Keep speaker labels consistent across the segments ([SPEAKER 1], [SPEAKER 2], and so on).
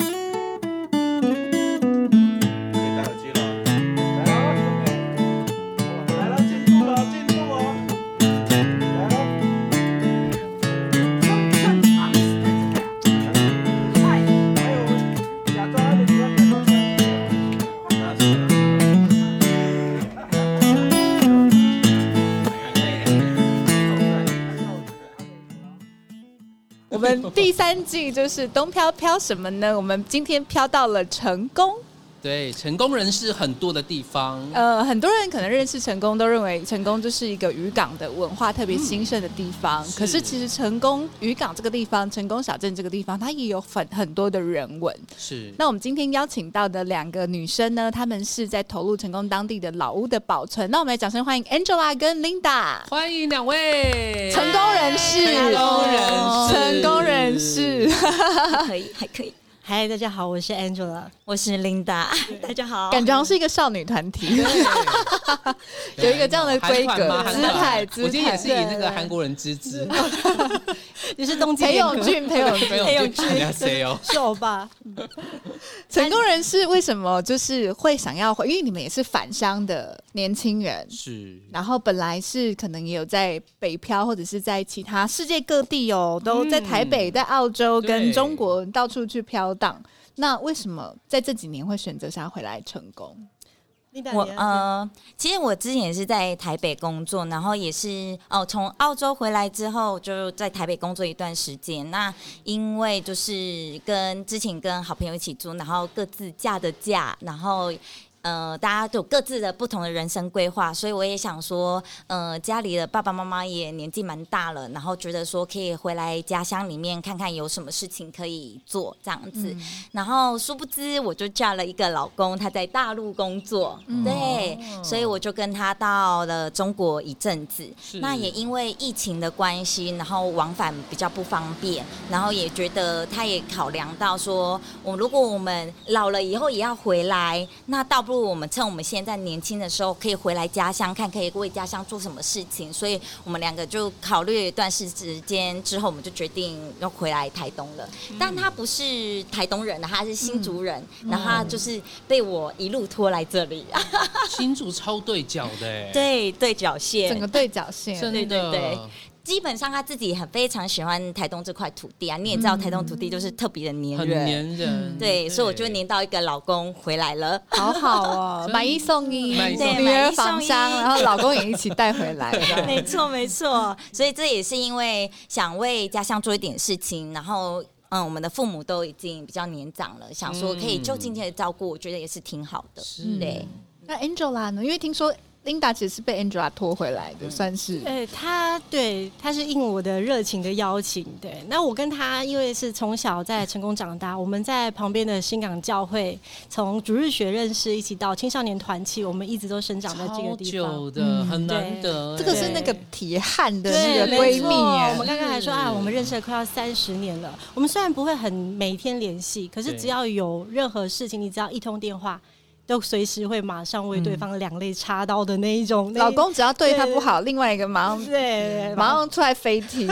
[SPEAKER 1] 可以戴耳机了。来喽，兄弟，来了，进步了，进步哦！来喽。哎呦，假装的，假装的。
[SPEAKER 2] 我们第三季就是东飘飘什么呢？我们今天飘到了成功。
[SPEAKER 3] 对，成功人士很多的地方，
[SPEAKER 2] 呃，很多人可能认识成功，都认为成功就是一个渔港的文化特别兴盛的地方。
[SPEAKER 3] 是
[SPEAKER 2] 可是其实成功渔港这个地方，成功小镇这个地方，它也有很很多的人文。
[SPEAKER 3] 是
[SPEAKER 2] 那我们今天邀请到的两个女生呢，她们是在投入成功当地的老屋的保存。那我们来掌声欢迎 Angela 跟 Linda。
[SPEAKER 3] 欢迎两位
[SPEAKER 2] 成功人士，
[SPEAKER 3] 成功人士
[SPEAKER 2] 成功人士。
[SPEAKER 4] 可 以，还可以。嗨，大家好，我是 Angela，我是 Linda，大家 好。
[SPEAKER 2] 感觉好像是一个少女团体， 有一个这样的规
[SPEAKER 3] 韩团吗
[SPEAKER 2] 格、
[SPEAKER 3] 韩
[SPEAKER 2] 姿
[SPEAKER 3] 团
[SPEAKER 2] 态、姿
[SPEAKER 3] 我今天也是以
[SPEAKER 2] 态。
[SPEAKER 3] 那个韩国人之姿，
[SPEAKER 4] 你是 东京
[SPEAKER 2] 裴
[SPEAKER 4] 人
[SPEAKER 2] 勇俊，裴勇俊，
[SPEAKER 3] 没有就看下谁哦。
[SPEAKER 4] 是欧巴，
[SPEAKER 2] 成功人士为什么就是会想要回？因为你们也是返乡的年轻人，
[SPEAKER 3] 是
[SPEAKER 2] 然后本来是可能也有在北漂，或者是在其他世界各地哦，都在台北、在澳洲跟
[SPEAKER 3] 对
[SPEAKER 2] 中国到处去飘荡。那为什么在这几年会选择想要回来成功？
[SPEAKER 4] 我
[SPEAKER 5] 我呃，
[SPEAKER 4] 呃，其实我之前也是在台北工作，然后也是哦，从澳洲回来之后就在台北工作一段时间。那因为就是跟之前跟好朋友一起住，然后各自嫁的嫁，然后。呃，大家都有各自的不同的人生规划，所以我也想说，呃，家里的爸爸妈妈也年纪蛮大了，然后觉得说可以回来家乡里面看看有什么事情可以做这样子。然后殊不知我就嫁了一个老公，他在大陆工作，对，所以我就跟他到了中国一阵子
[SPEAKER 3] 是。
[SPEAKER 4] 那也因为疫情的关系，然后往返比较不方便，然后也觉得他也考量到说，我如果我们老了以后也要回来，那倒不如我们趁我们现在年轻的时候，可以回来家乡看，可以为家乡做什么事情。所以我们两个就考虑了一段时间之后，我们就决定要回来台东了。但他不是台东人，他是新竹人，然后他就是被我一路拖来这里，
[SPEAKER 3] 新竹超对角的欸，
[SPEAKER 4] 对对角线
[SPEAKER 2] 整个对角线，
[SPEAKER 3] 真的，
[SPEAKER 4] 对对对基本上他自己很非常喜欢台东这块土地啊，你也知道台东土地就是特别的黏
[SPEAKER 3] 很
[SPEAKER 4] 人，
[SPEAKER 3] 黏人。
[SPEAKER 4] 嗯对，所以我就黏到一个老公回来了。
[SPEAKER 2] 好好哦，买一送一，
[SPEAKER 3] 买一送一
[SPEAKER 2] 女儿防伤，
[SPEAKER 4] 对买一送一
[SPEAKER 2] 然后老公也一起带回 来。
[SPEAKER 4] 没错，没错。所以这也是因为想为家乡做一点事情，然后嗯，我们的父母都已经比较年长了，想说可以就近的照顾，我觉得也是挺好的。
[SPEAKER 3] 是
[SPEAKER 4] 对，
[SPEAKER 2] 那 Angela 呢？因为听说 Linda 其实是被 Angela 拖回来的，算是
[SPEAKER 5] 呃，他对他是应我的热情的邀请，对。那我跟他因为是从小在成功长大，我们在旁边的新港教会，从主日学认识，一起到青少年团契，我们一直都生长在这个
[SPEAKER 3] 超
[SPEAKER 5] 地方。
[SPEAKER 3] 久的，很
[SPEAKER 5] 对
[SPEAKER 3] 难得欸。
[SPEAKER 2] 这个是那个铁汉的那个
[SPEAKER 5] 没
[SPEAKER 2] 闺
[SPEAKER 5] 错
[SPEAKER 2] 蜜
[SPEAKER 5] 我们
[SPEAKER 2] 耶。嗯
[SPEAKER 5] 刚刚还说啊，我们认识了快要三十年了。我们虽然不会很每天联系，可是
[SPEAKER 3] 对
[SPEAKER 5] 只要有任何事情，你只要一通电话，都随时会马上为
[SPEAKER 2] 嗯
[SPEAKER 5] 对方两肋插刀的那一种。那一
[SPEAKER 2] 老公只要对她不好，另外一个马上
[SPEAKER 5] 对，
[SPEAKER 2] 马上出来飞 踢。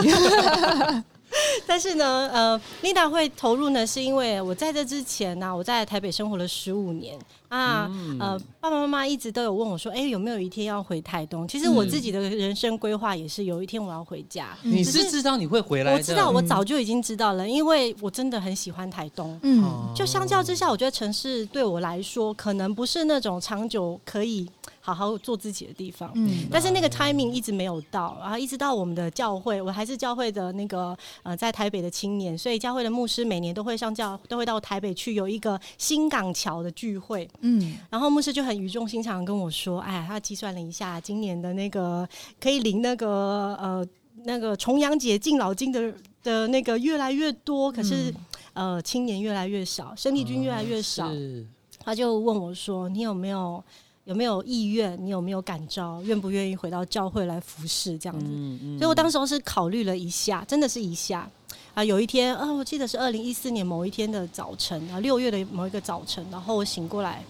[SPEAKER 5] 但是呢，呃，Linda 会投入呢，是因为我在这之前呢、我在台北生活了十五年啊，
[SPEAKER 3] 嗯
[SPEAKER 5] 呃，爸爸妈妈一直都有问我说，哎、有没有一天要回台东？其实我
[SPEAKER 3] 嗯
[SPEAKER 5] 自己的人生规划也是有一天我要回家。
[SPEAKER 3] 你是知道你会回来的，
[SPEAKER 5] 我知道，我早就已经知道了，因为我真的很喜欢台东。
[SPEAKER 2] 嗯，
[SPEAKER 3] 哦
[SPEAKER 5] 就相较之下，我觉得城市对我来说，可能不是那种长久可以好好做自己的地方。
[SPEAKER 2] 嗯
[SPEAKER 5] 嗯，但是那个 timing 一直没有到，然后一直到我们的教会，我还是教会的那个呃，在台北的青年，所以教会的牧师每年都会上教，都会到台北去有一个新港桥的聚会。
[SPEAKER 2] 嗯，
[SPEAKER 5] 然后牧师就很语重心长地跟我说：“哎，他计算了一下，今年的那个可以领那个呃那个重阳节敬老金的的那个越来越多，可是、呃青年越来越少，生力军越来越少。
[SPEAKER 3] 嗯是
[SPEAKER 5] 他就问我说：“你有没有有没有意愿？你有没有感召？愿不愿意回到教会来服侍这样子？”
[SPEAKER 3] 嗯
[SPEAKER 5] 所以我当时候是考虑了一下，真的是一下啊。有一天，啊，我记得是二零一四年某一天的早晨啊，六月的某一个早晨，然后我醒过来，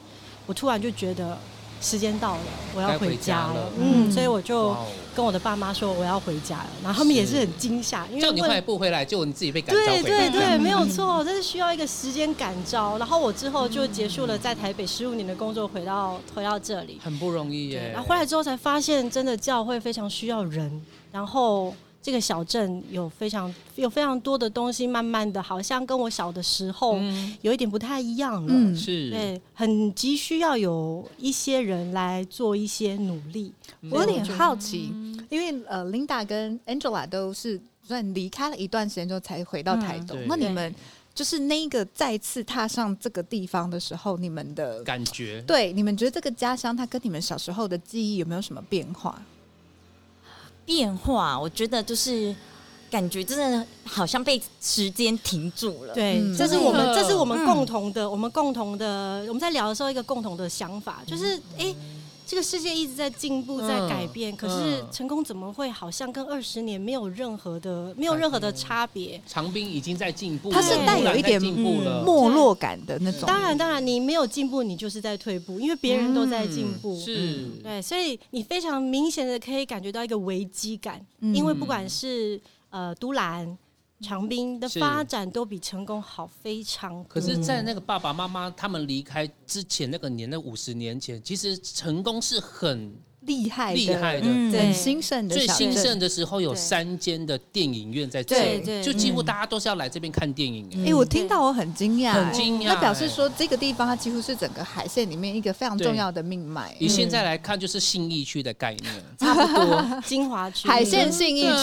[SPEAKER 5] 我突然就觉得时间到了，我要
[SPEAKER 3] 该回
[SPEAKER 5] 回
[SPEAKER 3] 家
[SPEAKER 5] 家
[SPEAKER 3] 了
[SPEAKER 5] 了。嗯，所以我就
[SPEAKER 3] 哇哦
[SPEAKER 5] 跟我的爸妈说我要回家了，然后他们也是很惊吓，因为
[SPEAKER 3] 叫你
[SPEAKER 5] 问
[SPEAKER 3] 快步回来，结果你自己被赶召
[SPEAKER 5] 对
[SPEAKER 3] 回
[SPEAKER 5] 对
[SPEAKER 3] 来。
[SPEAKER 5] 对，没有错，这是需要一个时间感召。然后我之后就结束了在台北十五年的工作，回到回到这里。
[SPEAKER 3] 很不容易耶。
[SPEAKER 5] 然后回来之后才发现，真的教会非常需要人。然后这个小镇有非常有非常多的东西，慢慢的好像跟我小的时候
[SPEAKER 3] 嗯
[SPEAKER 5] 有一点不太一样了。
[SPEAKER 2] 嗯
[SPEAKER 3] 是，
[SPEAKER 5] 对，很急需要有一些人来做一些努力。
[SPEAKER 2] 我有点好奇，
[SPEAKER 3] 嗯
[SPEAKER 2] 因为呃，Linda 跟 Angela 都是算离开了一段时间之后才回到台东。
[SPEAKER 3] 嗯
[SPEAKER 2] 那你
[SPEAKER 5] 对
[SPEAKER 2] 们就是那一个再次踏上这个地方的时候，你们的
[SPEAKER 3] 感觉
[SPEAKER 2] 对你们觉得这个家乡它跟你们小时候的记忆有没有什么变化？
[SPEAKER 4] 变化，我觉得就是感觉真的好像被时间停住了。
[SPEAKER 5] 对，
[SPEAKER 2] 嗯
[SPEAKER 5] 这是我们
[SPEAKER 3] 真的
[SPEAKER 5] 这是我们
[SPEAKER 4] 嗯
[SPEAKER 5] 共同的，我们共同的，我们在聊的时候一个共同的想法，就是哎、诶这个世界一直在进步，
[SPEAKER 3] 嗯
[SPEAKER 5] 在改变，可是
[SPEAKER 3] 嗯
[SPEAKER 5] 成功怎么会好像跟二十年没有任何的没有任何的差别？
[SPEAKER 3] 长兵已经在进步了，
[SPEAKER 2] 它是带有一点
[SPEAKER 3] 突然在进
[SPEAKER 5] 嗯
[SPEAKER 3] 步了，
[SPEAKER 2] 没落感的那种。
[SPEAKER 5] 当然，当然，你没有进步，你就是在退步，因为别人都在进步。
[SPEAKER 3] 嗯
[SPEAKER 5] 嗯
[SPEAKER 3] 是，
[SPEAKER 5] 对，所以你非常明显的可以感觉到一个危机感，
[SPEAKER 2] 嗯
[SPEAKER 5] 因为不管是呃都兰、长滨的
[SPEAKER 3] 是
[SPEAKER 5] 发展都比成功好非常多。
[SPEAKER 3] 可是，在那个爸爸妈妈他们离开之前那个年，那五十年前，其实成功是很
[SPEAKER 2] 厉害的
[SPEAKER 3] 厉害的。
[SPEAKER 4] 嗯
[SPEAKER 2] 很兴盛的
[SPEAKER 3] 最
[SPEAKER 2] 小
[SPEAKER 3] 兴
[SPEAKER 2] 镇
[SPEAKER 3] 盛的时候有
[SPEAKER 5] 对
[SPEAKER 3] 三间的电影院在
[SPEAKER 2] 对
[SPEAKER 3] 这
[SPEAKER 5] 对嗯
[SPEAKER 3] 就几乎
[SPEAKER 4] 嗯
[SPEAKER 3] 大家都是要来这边看电影。哎
[SPEAKER 2] 哎、我听到我很惊讶、
[SPEAKER 3] 很惊讶
[SPEAKER 2] 那表示说这个地方它几乎是整个海线里面一个非常重要的命脉，
[SPEAKER 3] 以现在来看，就是信义区的概念，
[SPEAKER 5] 差不多金华区嗯
[SPEAKER 2] 海线信义区。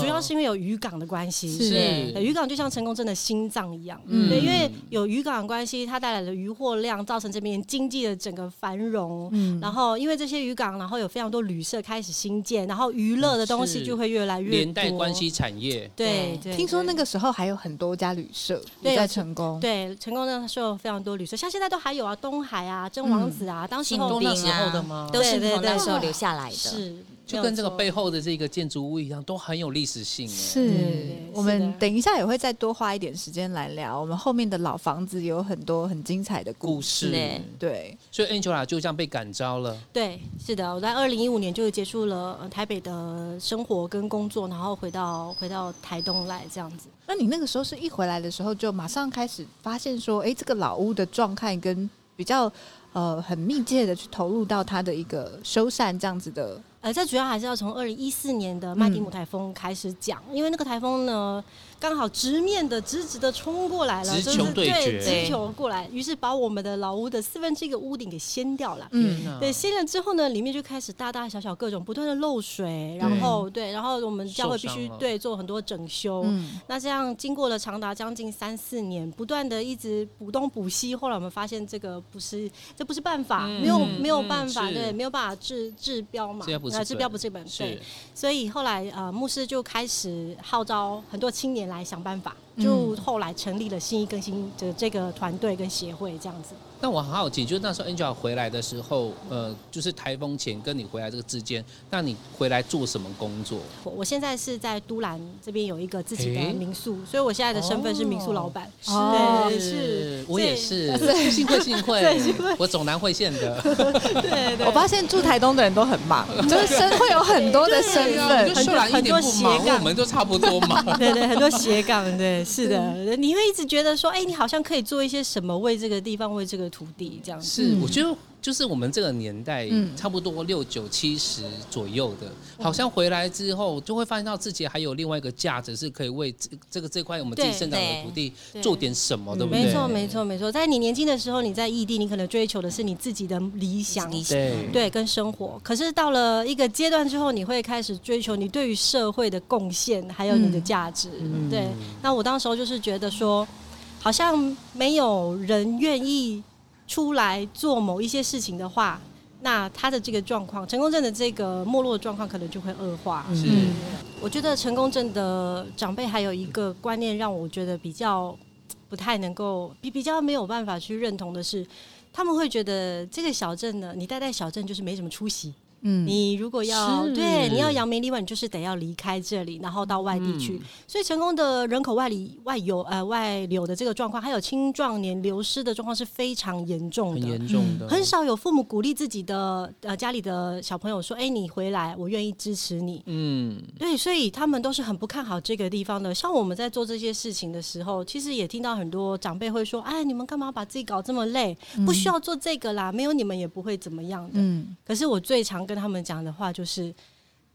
[SPEAKER 5] 主要是因为有渔港的关系，
[SPEAKER 2] 是
[SPEAKER 3] 嗯是
[SPEAKER 5] 对渔港就像成功镇的心脏一样，
[SPEAKER 2] 嗯
[SPEAKER 5] 对，因为有渔港的关系，它带来的渔获量，造成这边经济的整个繁荣。
[SPEAKER 2] 嗯
[SPEAKER 5] 然后，因为这些渔港，然后有非常多旅社开始兴建，然后娱乐的东西
[SPEAKER 3] 是
[SPEAKER 5] 就会越来越多。
[SPEAKER 3] 连带关系产业。
[SPEAKER 5] 对，对，
[SPEAKER 2] 听说那个时候还有很多家旅社
[SPEAKER 5] 对
[SPEAKER 2] 也在成功，
[SPEAKER 5] 对成功镇是有非常多旅社，像现在都还有啊，东海啊、真王子啊，当时
[SPEAKER 4] 新
[SPEAKER 5] 候
[SPEAKER 3] 都
[SPEAKER 4] 兵
[SPEAKER 3] 那时候
[SPEAKER 4] 啊
[SPEAKER 3] 的吗
[SPEAKER 4] 都是
[SPEAKER 5] 对对
[SPEAKER 4] 从那
[SPEAKER 5] 对
[SPEAKER 4] 时候留下来的。
[SPEAKER 5] 是
[SPEAKER 3] 就跟这个。
[SPEAKER 5] 没有
[SPEAKER 3] 背后的这个建筑物一样，都很有历史性。哎
[SPEAKER 2] 是
[SPEAKER 5] 嗯
[SPEAKER 2] 我
[SPEAKER 5] 是
[SPEAKER 2] 们
[SPEAKER 5] 的
[SPEAKER 2] 等一下也会再多花一点时间来聊，我们后面的老房子有很多很精彩的故
[SPEAKER 3] 故
[SPEAKER 2] 事。
[SPEAKER 3] 事
[SPEAKER 4] 对，
[SPEAKER 2] 对，
[SPEAKER 3] 所以 Angela 就这样被感召了。
[SPEAKER 5] 错对，是的，我在二零一五年就结束了呃台北的生活跟工作，然后回到回到台东来这样子。
[SPEAKER 2] 那你那个时候是一回来的时候就马上开始发现说，哎、这个老屋的状态跟比较呃很密切的去投入到它的一个修缮这样子的，
[SPEAKER 5] 呃，这主要还是要从二零一四年的麦迪姆台风开始讲，因为那个台风呢，刚好直面的、直直的冲过来了，
[SPEAKER 3] 直
[SPEAKER 5] 就
[SPEAKER 3] 球
[SPEAKER 5] 是
[SPEAKER 3] 对决
[SPEAKER 5] 对，直球过来，于是把我们的老屋的四分之一个屋顶给掀掉了。
[SPEAKER 3] 天
[SPEAKER 2] 嗯
[SPEAKER 3] 哪
[SPEAKER 5] 对，掀了之后呢，里面就开始大大小小各种不断的漏水，然后对，然后我们教会必
[SPEAKER 3] 嗯受
[SPEAKER 5] 须
[SPEAKER 3] 伤了
[SPEAKER 5] 对做很多整修。
[SPEAKER 2] 嗯，
[SPEAKER 5] 那这样经过了长达将近三四年，不断的一直补东补西，后来我们发现这个不是这不是办法，
[SPEAKER 3] 嗯
[SPEAKER 5] 没有
[SPEAKER 3] 嗯
[SPEAKER 5] 没有办法，
[SPEAKER 3] 是
[SPEAKER 5] 对，没有办法治治标嘛，
[SPEAKER 3] 治标不治
[SPEAKER 5] 那治标
[SPEAKER 3] 本
[SPEAKER 5] 不治本，对
[SPEAKER 3] 是，
[SPEAKER 5] 所以后来呃牧师就开始号召很多青年来想办法，
[SPEAKER 2] 嗯
[SPEAKER 5] 就后来成立了新一更新的这个团队跟协会这样子。
[SPEAKER 3] 那我很好奇，就是那时候 Angela 回来的时候，呃，就是台风前跟你回来这个之间，那你回来做什么工作？
[SPEAKER 5] 我我现在是在都兰这边有一个自己的
[SPEAKER 3] 诶
[SPEAKER 5] 民宿，所以我现在的身份是民宿老板。
[SPEAKER 2] 哦
[SPEAKER 5] 对是
[SPEAKER 3] 我也是，幸会幸会，我总南会县的，
[SPEAKER 5] 对对
[SPEAKER 3] 哦
[SPEAKER 2] 我发现住台东的人都很忙， 啊就是身会有很多的身
[SPEAKER 3] 就
[SPEAKER 2] 份，
[SPEAKER 3] 秀兰一点不忙，我们都差不多忙。
[SPEAKER 5] 对对，很多斜杠，对，是的，你会一直觉得说，哎、你好像可以做一些什么，为这个地方，为这个土地这样子。
[SPEAKER 3] 是，我觉得就是我们这个年代
[SPEAKER 2] 嗯，
[SPEAKER 3] 差不多六九七十左右的，好像回来之后就会发现到自己还有另外一个价值，是可以为这这个这块我们自己
[SPEAKER 5] 对
[SPEAKER 3] 生长的
[SPEAKER 4] 对
[SPEAKER 3] 土地
[SPEAKER 5] 对
[SPEAKER 3] 做点什么，对不对？
[SPEAKER 5] 没错，没错，没错。在你年轻的时候，你在异地，你可能追求的是你自己的理想，
[SPEAKER 4] 理想
[SPEAKER 3] 对
[SPEAKER 5] 对，跟生活。可是到了一个阶段之后，你会开始追求你对于社会的贡献，还有你的价值。
[SPEAKER 3] 嗯
[SPEAKER 5] 对，那我当时候就是觉得说，好像没有人愿意出来做某一些事情的话，那他的这个状况，成功症的这个没落的状况，可能就会恶化。
[SPEAKER 3] 是
[SPEAKER 2] 嗯
[SPEAKER 5] 我觉得成功症的长辈还有一个观念让我觉得比较不太能够比比较没有办法去认同的是，他们会觉得这个小镇呢，你待在小镇就是没什么出息，
[SPEAKER 2] 嗯
[SPEAKER 5] 你如果要
[SPEAKER 3] 是
[SPEAKER 5] 对你要扬名立万，你就是得要离开这里，然后到外地去。
[SPEAKER 3] 嗯
[SPEAKER 5] 所以成功的人口外离外游呃外流的这个状况，还有青壮年流失的状况是非常严重
[SPEAKER 3] 很
[SPEAKER 5] 的。
[SPEAKER 3] 严重的，
[SPEAKER 5] 很少有父母鼓励自己的呃家里的小朋友说：“哎、你回来，我愿意支持你。
[SPEAKER 3] 嗯，”
[SPEAKER 5] 对，所以他们都是很不看好这个地方的。像我们在做这些事情的时候，其实也听到很多长辈会说：“哎，你们干嘛把自己搞这么累？不需要做这个啦，没有你们也不会怎么样的。
[SPEAKER 2] 嗯
[SPEAKER 5] 可是我最常跟他们讲的话就是，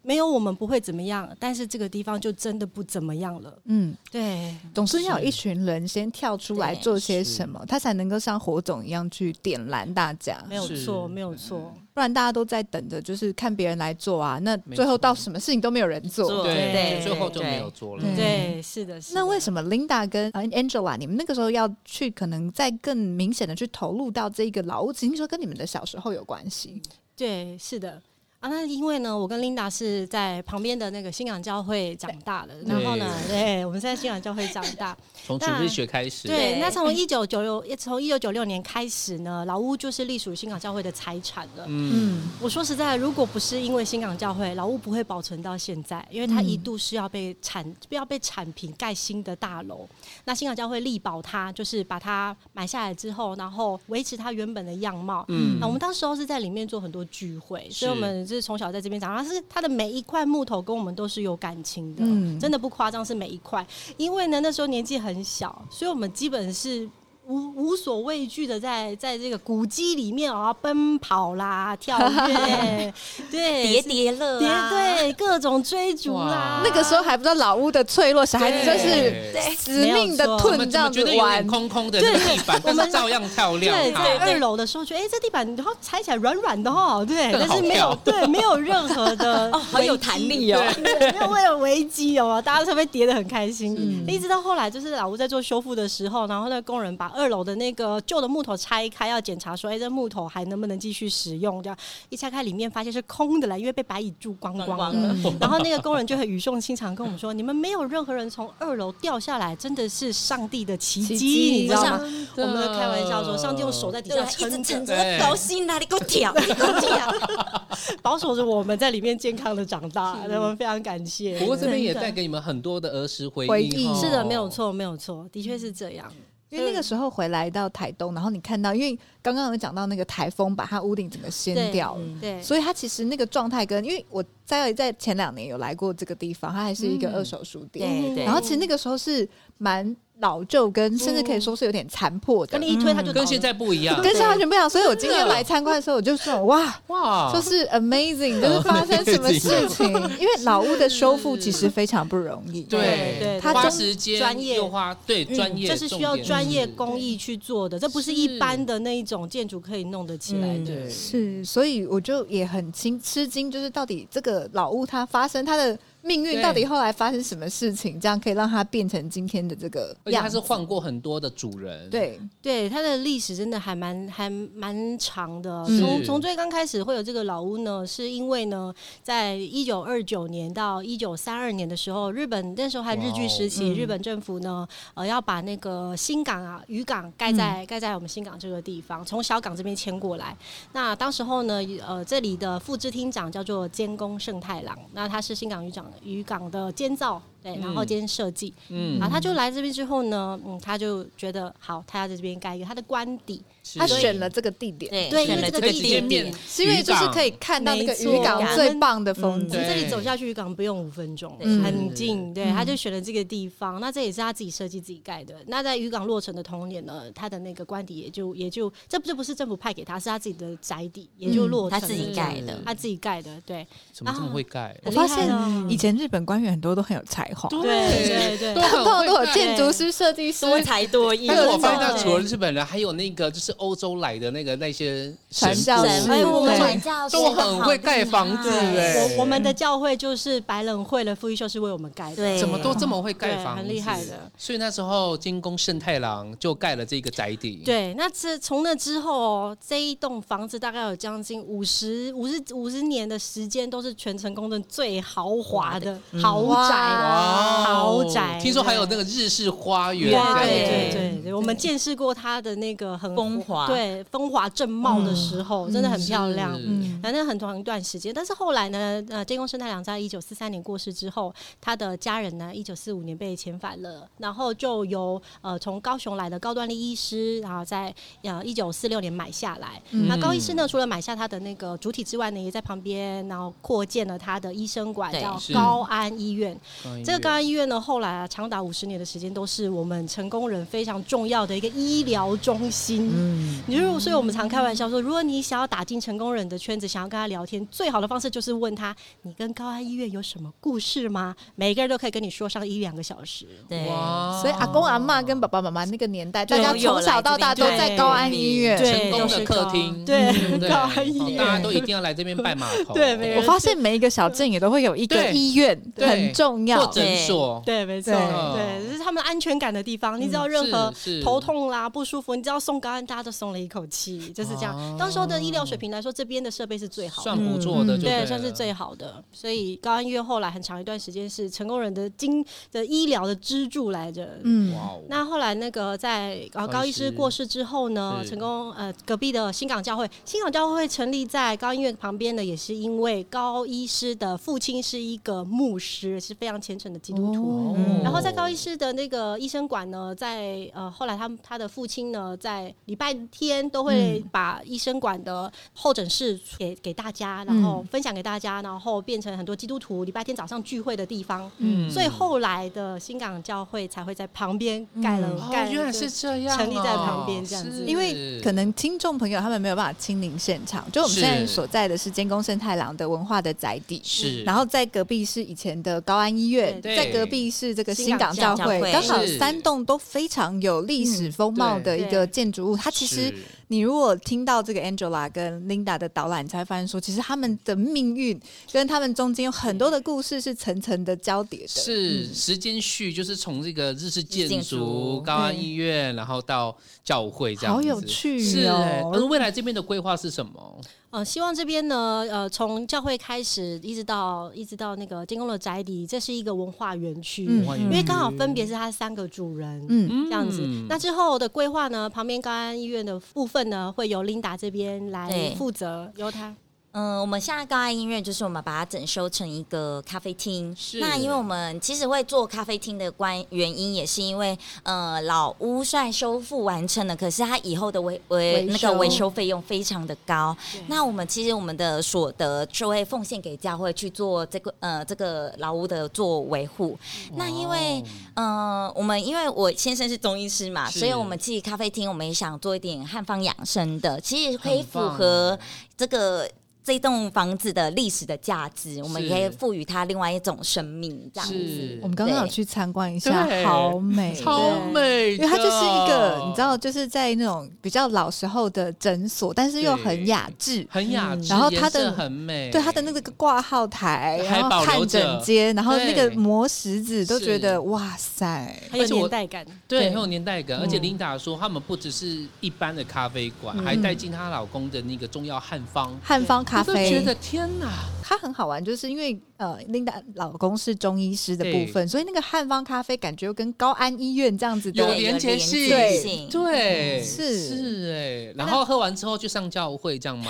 [SPEAKER 5] 没有我们不会怎么样，但是这个地方就真的不怎么样了。
[SPEAKER 2] 嗯，
[SPEAKER 5] 对，
[SPEAKER 2] 总是要有一群人先跳出来
[SPEAKER 4] 对
[SPEAKER 2] 做些
[SPEAKER 3] 是
[SPEAKER 2] 什么，他才能够像火种一样去点燃大家。
[SPEAKER 5] 没有
[SPEAKER 3] 是
[SPEAKER 5] 错，没有错。
[SPEAKER 2] 不然大家都在等着，就是看别人来做啊。那
[SPEAKER 3] 没
[SPEAKER 2] 最后
[SPEAKER 3] 错
[SPEAKER 2] 到什么事情都没有人做。
[SPEAKER 4] 做
[SPEAKER 3] 对，
[SPEAKER 5] 对
[SPEAKER 3] 最后就
[SPEAKER 4] 对
[SPEAKER 3] 没有做了。
[SPEAKER 2] 对
[SPEAKER 5] 对，是的，是的。
[SPEAKER 2] 嗯那为什么 Linda 跟呃 Angela，你们那个时候要去，可能再更明显的去投入到这个老屋，听说跟你们的小时候有关系。
[SPEAKER 5] 对，是的。啊，那因为呢，我跟 Linda 是在旁边的那个新港教会长大的，然后呢，对，我们是在新港教会长大。
[SPEAKER 3] 从主日学开始，
[SPEAKER 5] 对，
[SPEAKER 4] 对
[SPEAKER 5] 那从一九九六，从一九九六年开始呢，老屋就是隶属新港教会的财产了。
[SPEAKER 3] 嗯，
[SPEAKER 2] 嗯
[SPEAKER 5] 我说实在，如果不是因为新港教会，老屋不会保存到现在，因为它
[SPEAKER 2] 嗯
[SPEAKER 5] 一度是要被铲，要被铲平盖新的大楼。那新港教会力保它，就是把它买下来之后，然后维持它原本的样貌。
[SPEAKER 3] 嗯
[SPEAKER 5] 那我们当时候是在里面做很多聚会，所以我们是从小在这边长大。是它的每一块木头跟我们都是有感情的，
[SPEAKER 2] 嗯
[SPEAKER 5] 真的不夸张，是每一块。因为呢，那时候年纪很小，所以我们基本是无无所畏惧的在在这个古迹里面啊奔跑啦、跳跃，对，
[SPEAKER 4] 叠叠乐
[SPEAKER 5] 叠
[SPEAKER 4] 啊，
[SPEAKER 5] 对各种追逐啦
[SPEAKER 3] 哇。
[SPEAKER 2] 那个时候还不知道老屋的脆弱，小孩子就是
[SPEAKER 3] 对
[SPEAKER 2] 死命的
[SPEAKER 3] 怎么
[SPEAKER 2] 吞这
[SPEAKER 3] 怎么
[SPEAKER 2] 样
[SPEAKER 3] 觉
[SPEAKER 2] 子
[SPEAKER 3] 得有点
[SPEAKER 2] 玩。
[SPEAKER 3] 空空的那个地板，但是照样跳亮
[SPEAKER 5] 对，
[SPEAKER 3] 哈
[SPEAKER 5] 在二楼的时候觉得，哎、这地板然后踩起来软软的哦，对，
[SPEAKER 3] 更
[SPEAKER 5] 但
[SPEAKER 3] 好
[SPEAKER 5] 是没
[SPEAKER 3] 跳
[SPEAKER 5] 有对，没有任何的
[SPEAKER 4] 哦，好有弹力哦，
[SPEAKER 5] 对，没有为了危机哦，大家才被叠得很开心。
[SPEAKER 2] 嗯
[SPEAKER 5] 一直到后来，就是老吴在做修复的时候，然后那个工人把二楼的那个旧的木头拆开，要检查说，哎、这木头还能不能继续使用？这样一拆开，里面发现是空的啦，因为被白蚁蛀光光
[SPEAKER 4] 光
[SPEAKER 5] 了。
[SPEAKER 4] 光的，
[SPEAKER 5] 然后那个工人就很语重心长跟我们说：“你们没有任何人从二楼掉下来，真的是上帝的奇
[SPEAKER 2] 奇
[SPEAKER 5] 迹，
[SPEAKER 2] 迹
[SPEAKER 5] 你知道吗？”
[SPEAKER 3] 真
[SPEAKER 5] 我
[SPEAKER 3] 的
[SPEAKER 5] 们都开玩笑说，上帝用手在底
[SPEAKER 4] 对
[SPEAKER 5] 下哎
[SPEAKER 4] 啊，一直
[SPEAKER 5] 撑
[SPEAKER 4] 撑，
[SPEAKER 5] 着
[SPEAKER 4] 着我高兴啦，你给我跳，你给我跳，
[SPEAKER 5] 啊 保守着我们在里面健康的长大，那我们非常感谢。
[SPEAKER 3] 不过这边也
[SPEAKER 5] 真的
[SPEAKER 3] 带给你们很多的儿时回
[SPEAKER 2] 回忆
[SPEAKER 3] 忆，哈
[SPEAKER 5] 是的，没有。错，没有错，的确是这样。
[SPEAKER 2] 因为那个时候回来到台东，然后你看到，因为刚刚有讲到那个台风把它屋顶整个掀
[SPEAKER 5] 对
[SPEAKER 2] 掉
[SPEAKER 3] 嗯
[SPEAKER 2] 了，
[SPEAKER 5] 对，
[SPEAKER 2] 所以它其实那个状态跟，因为我在在前两年有来过这个地方，它还是一个二手书店，
[SPEAKER 4] 对对
[SPEAKER 2] 然后其实那个时候是蛮老旧，跟甚至可以说是有点残破的
[SPEAKER 5] 跟。你一推他就倒
[SPEAKER 3] 嗯跟
[SPEAKER 5] 了
[SPEAKER 3] 现在不一样，
[SPEAKER 2] 跟上完全不一样，所以我今天来参观的时候，我就说哇，
[SPEAKER 3] 哇，
[SPEAKER 2] 就是 amazing，就是发生什么事情？因为老屋的修复其实非常不容易，
[SPEAKER 3] 对
[SPEAKER 5] 对对
[SPEAKER 2] 它
[SPEAKER 3] 花
[SPEAKER 2] 中
[SPEAKER 3] 时间
[SPEAKER 5] 专业嗯
[SPEAKER 3] 又花对专业，
[SPEAKER 5] 这是需要
[SPEAKER 3] 重点嗯
[SPEAKER 5] 专业
[SPEAKER 3] 是
[SPEAKER 5] 工艺去做的，这不是一般的那一种建筑可以弄得起来
[SPEAKER 3] 对
[SPEAKER 5] 的。
[SPEAKER 3] 哎对
[SPEAKER 2] 是，所以我就也很惊吃惊，就是到底这个老屋它发生它的命运，
[SPEAKER 3] 对
[SPEAKER 2] 到底后来发生什么事情，这样可以让它变成今天的这个
[SPEAKER 3] 而且
[SPEAKER 2] 样
[SPEAKER 3] 哦它
[SPEAKER 2] 子
[SPEAKER 3] 是？换过很多的主人，，
[SPEAKER 2] 对，
[SPEAKER 5] 对，它的历史真的还蛮还蛮长的。哦
[SPEAKER 2] 是
[SPEAKER 5] 从从最刚开始会有这个老屋呢，是因为呢，在一九二九年到一九三二年的时候，日本那时候还日据时期，
[SPEAKER 2] 哇哦嗯
[SPEAKER 5] 日本政府呢，呃，要把那个新港啊渔港盖
[SPEAKER 2] 嗯
[SPEAKER 5] 在、盖在我们新港这个地方，从小港这边迁过来。那当时候呢，呃，这里的副支厅长叫做监工胜太郎，那他是新港渔港渔港的监造。对，然后
[SPEAKER 3] 嗯
[SPEAKER 5] 兼设计，
[SPEAKER 3] 嗯
[SPEAKER 5] 然，后他就来这边之后呢，嗯，他就觉得好，他要在这边盖一个他的官邸，
[SPEAKER 3] 是
[SPEAKER 2] 它选了这个地点，
[SPEAKER 4] 对
[SPEAKER 5] 对
[SPEAKER 4] 选了这
[SPEAKER 5] 因为这
[SPEAKER 4] 个
[SPEAKER 5] 个
[SPEAKER 3] 可以直接
[SPEAKER 5] 地
[SPEAKER 4] 地
[SPEAKER 3] 面
[SPEAKER 4] 点，，
[SPEAKER 2] 是因为就是可以看到那个渔港
[SPEAKER 4] 没错
[SPEAKER 2] 最棒的风
[SPEAKER 4] 嗯
[SPEAKER 5] 从
[SPEAKER 2] 景。
[SPEAKER 5] 这里走下去渔港不用五分钟，
[SPEAKER 4] 对
[SPEAKER 5] 很近。对，
[SPEAKER 2] 嗯
[SPEAKER 5] 他就选了这个地方，那这也是他自己设计、自己盖的。那在渔港落成的同年呢，他的那个官邸也就也就这这不是政府派给他，是他自己的宅邸，也就
[SPEAKER 2] 嗯
[SPEAKER 5] 落成
[SPEAKER 4] 他自
[SPEAKER 5] 了，
[SPEAKER 4] 己盖
[SPEAKER 3] 嗯
[SPEAKER 4] 的，
[SPEAKER 5] 他自己盖的，对
[SPEAKER 3] 怎么这么
[SPEAKER 5] 啊
[SPEAKER 3] 会盖？
[SPEAKER 2] 我
[SPEAKER 5] 很
[SPEAKER 2] 发
[SPEAKER 5] 厉害
[SPEAKER 2] 现
[SPEAKER 5] 哦
[SPEAKER 2] 以前日本官员很多都很有才华，
[SPEAKER 5] 对对
[SPEAKER 3] 都
[SPEAKER 2] 通
[SPEAKER 5] 对。
[SPEAKER 2] 常
[SPEAKER 3] 很
[SPEAKER 2] 都有
[SPEAKER 3] 会盖。
[SPEAKER 2] 建筑师、设计师，
[SPEAKER 4] 多才多艺
[SPEAKER 3] 但，是我发现
[SPEAKER 5] 到
[SPEAKER 3] 他除了日本人，还有那个就是欧洲来的那个那些神
[SPEAKER 2] 传教
[SPEAKER 3] 父
[SPEAKER 2] 士
[SPEAKER 4] 神哎，我们
[SPEAKER 2] 对
[SPEAKER 4] 传教士
[SPEAKER 3] 都很会盖房子哎、
[SPEAKER 5] 我我们的教会就是白冷会的傅育秀是为我们盖的，
[SPEAKER 4] 对，
[SPEAKER 3] 怎么都这么会盖
[SPEAKER 5] 对
[SPEAKER 3] 房子，
[SPEAKER 5] 很厉害的。
[SPEAKER 3] 所以那时候金宫圣太郎就盖了这个宅邸，，
[SPEAKER 5] 对，那这从那之后哦，这一栋房子大概有将近五十、五十、五十年的时间，都是全城公认最豪华的豪宅、
[SPEAKER 2] 哇
[SPEAKER 3] 嗯哇哦
[SPEAKER 5] 豪宅
[SPEAKER 3] 听说还有那个日式花园，
[SPEAKER 5] 对
[SPEAKER 3] 这样
[SPEAKER 5] 对
[SPEAKER 3] 子
[SPEAKER 5] 对对，我们见识过它的那个很
[SPEAKER 4] 风华
[SPEAKER 5] 对风华正茂的时候，
[SPEAKER 3] 嗯
[SPEAKER 5] 真的很漂亮。
[SPEAKER 3] 是
[SPEAKER 2] 嗯，
[SPEAKER 5] 反正很长一段时间，但是后来呢，呃，建工生态良在一九四三年过世之后，他的家人呢，一九四五年被遣返了，然后就由呃从高雄来的高端丽医师，然后在呃一九四六年买下来。
[SPEAKER 2] 嗯
[SPEAKER 5] 那高医师呢，除了买下他的那个主体之外呢，也在旁边，然后扩建了他的医生馆，
[SPEAKER 4] 对
[SPEAKER 5] 叫
[SPEAKER 3] 是
[SPEAKER 5] 高安医院。
[SPEAKER 3] 嗯
[SPEAKER 5] 这个高安医院呢，后来啊，长达五十年的时间，都是我们成功人非常重要的一个医疗中心。
[SPEAKER 4] 嗯，
[SPEAKER 5] 你如果，所以我们常开玩笑说，如果你想要打进成功人的圈子，想要跟他聊天，最好的方式就是问他，你跟高安医院有什么故事吗？每个人都可以跟你说上一两个小时。
[SPEAKER 4] 对，
[SPEAKER 3] 哇
[SPEAKER 2] 所以阿公阿妈跟爸爸妈妈那个年代，大
[SPEAKER 4] 对
[SPEAKER 2] 家从小到大都在高安医院。
[SPEAKER 5] 对
[SPEAKER 3] 成功的客厅，
[SPEAKER 5] 对
[SPEAKER 3] 对不对，
[SPEAKER 5] 高安医院
[SPEAKER 3] 哦大家都一定要来这边拜码头，
[SPEAKER 5] 对没人
[SPEAKER 2] 我发现每一个小镇也都会有一个
[SPEAKER 3] 对
[SPEAKER 2] 医院，
[SPEAKER 3] 对
[SPEAKER 2] 很重要
[SPEAKER 3] 或。诊所，嗯
[SPEAKER 5] 对，没错，
[SPEAKER 2] 对
[SPEAKER 5] 对，这是他们安全感的地方。你只要任何
[SPEAKER 3] 哦是是
[SPEAKER 5] 头痛啦、不舒服，你只要送高安，大家都松了一口气，就是这样。当时候的医疗水平来说，这边的设备是最好的
[SPEAKER 3] 算。不错的，
[SPEAKER 4] 嗯
[SPEAKER 3] 就
[SPEAKER 5] 对，
[SPEAKER 3] 了
[SPEAKER 5] 算是最好的。所以高安医院后来很长一段时间是成功人的经的医疗的支柱来着。
[SPEAKER 2] 嗯
[SPEAKER 3] 哇，哦，
[SPEAKER 5] 那后来那个在呃
[SPEAKER 3] 高
[SPEAKER 5] 高
[SPEAKER 3] 医
[SPEAKER 5] 医
[SPEAKER 3] 师
[SPEAKER 5] 师过世之后呢，
[SPEAKER 3] 是
[SPEAKER 5] 成功呃隔壁的新港教会，新港教会成立在高医院旁边呢，也是因为高医师的父亲是一个牧师，是非常虔诚的基督徒。
[SPEAKER 2] 哦
[SPEAKER 4] 嗯
[SPEAKER 5] 然后在高医师的那个医生馆呢，在呃后来他们他的父亲呢，在礼拜天都会把医生馆的候诊室给给大家，然后
[SPEAKER 2] 嗯
[SPEAKER 5] 分享给大家，然后变成很多基督徒礼拜天早上聚会的地方。
[SPEAKER 2] 嗯
[SPEAKER 5] 所以后来的新港教会才会在旁边盖了、
[SPEAKER 3] 哦
[SPEAKER 5] 盖了
[SPEAKER 3] 原来是这样哦，
[SPEAKER 5] 成立在旁边这样子
[SPEAKER 3] 是
[SPEAKER 2] 因为可能听众朋友他们没有办法亲临现场，就我们
[SPEAKER 3] 是
[SPEAKER 2] 现在所在的是监工生太郎的文化的宅邸，
[SPEAKER 3] 是，
[SPEAKER 2] 然后在隔壁是以前的高安医院，
[SPEAKER 5] 对
[SPEAKER 2] 在隔壁是这个新港
[SPEAKER 4] 新港
[SPEAKER 2] 教
[SPEAKER 4] 教会
[SPEAKER 2] 会，刚好
[SPEAKER 3] 是
[SPEAKER 2] 三栋都非常有历史风貌的一个建筑物。它其实
[SPEAKER 3] 是
[SPEAKER 2] 你如果听到这个 Angela 跟 Linda 的导览，你才会发现说，其实他们的命运跟他们中间有很多的故事是层层的交叠的。
[SPEAKER 3] 是
[SPEAKER 5] 嗯
[SPEAKER 3] 时间序，就是从这个日式建
[SPEAKER 4] 建
[SPEAKER 3] 筑、
[SPEAKER 4] 筑
[SPEAKER 3] 高安
[SPEAKER 2] 对
[SPEAKER 3] 医院，然后到教会这样
[SPEAKER 2] 好
[SPEAKER 3] 子，
[SPEAKER 2] 有趣
[SPEAKER 3] 是欸
[SPEAKER 2] 哦
[SPEAKER 3] 那未来这边的规划是什么？
[SPEAKER 5] 呃，希望这边呢，呃，从教会开始一直到一直到那个监工的宅邸，这是一个文化园区，
[SPEAKER 2] 嗯
[SPEAKER 3] 哇
[SPEAKER 2] 嗯
[SPEAKER 5] 因为刚好分别是它三个主人。
[SPEAKER 2] 嗯，
[SPEAKER 5] 这样子
[SPEAKER 3] 嗯，
[SPEAKER 5] 那之后的规划呢？旁边高安医院的部分呢，会由琳达这边来
[SPEAKER 4] 对
[SPEAKER 5] 负责，由她。
[SPEAKER 4] 嗯，我们现在高爱音乐就是我们把它整修成一个咖啡厅。
[SPEAKER 3] 是
[SPEAKER 4] 那因为我们其实会做咖啡厅的关原因，也是因为呃老屋虽然修复完成了，可是它以后的维维
[SPEAKER 2] 维
[SPEAKER 4] 那
[SPEAKER 2] 修
[SPEAKER 4] 个维修费用非常的高。那我们其实我们的所得就会奉献给教会去做这个呃这个老屋的做维护。那因为
[SPEAKER 3] 哦
[SPEAKER 4] 呃，我们因为我先生是中医师嘛，
[SPEAKER 3] 是
[SPEAKER 4] 所以我们自己咖啡厅，我们也想做一点汉方养生的，其实可以
[SPEAKER 3] 很
[SPEAKER 4] 符
[SPEAKER 3] 棒
[SPEAKER 4] 合这个这栋房子的历史的价值，我们
[SPEAKER 3] 是
[SPEAKER 4] 可以赋予它另外一种生命，这样
[SPEAKER 3] 是
[SPEAKER 4] 子。
[SPEAKER 2] 我们刚刚有去参观一下
[SPEAKER 3] 对，
[SPEAKER 2] 好美，
[SPEAKER 3] 超美
[SPEAKER 2] 因
[SPEAKER 3] 的，
[SPEAKER 2] 为它就是一个，你知道，就是在那种比较老时候的诊所，但是又很雅致，
[SPEAKER 3] 很雅致，
[SPEAKER 2] 嗯然后它的
[SPEAKER 3] 颜色很美，
[SPEAKER 2] 对它的那个挂号台，
[SPEAKER 3] 还
[SPEAKER 2] 然后
[SPEAKER 3] 保留
[SPEAKER 2] 看
[SPEAKER 3] 着
[SPEAKER 2] 诊间，然后那个
[SPEAKER 3] 对
[SPEAKER 2] 磨石子，都觉
[SPEAKER 3] 是
[SPEAKER 2] 得哇塞，
[SPEAKER 5] 很有
[SPEAKER 3] 而且我
[SPEAKER 5] 年代感。
[SPEAKER 3] 对
[SPEAKER 4] 对
[SPEAKER 3] 很有年代感。而且
[SPEAKER 5] 嗯
[SPEAKER 3] 琳达说，他们不只是一般的咖啡馆，
[SPEAKER 4] 嗯
[SPEAKER 3] 还带进她老公的那个中药汉方
[SPEAKER 2] 汉方咖
[SPEAKER 3] 我都觉
[SPEAKER 2] 啡
[SPEAKER 3] 得，天哪，
[SPEAKER 2] 它很好玩，就是因为呃，琳达老公是中医师的
[SPEAKER 3] 对
[SPEAKER 2] 部分，所以那个汉方咖啡感觉又跟高安医院这样子
[SPEAKER 3] 有
[SPEAKER 2] 的
[SPEAKER 3] 连结性
[SPEAKER 2] 对
[SPEAKER 4] 性
[SPEAKER 3] 对，
[SPEAKER 2] 嗯是
[SPEAKER 3] 是哎，然后喝完之后去上教会这样 吗？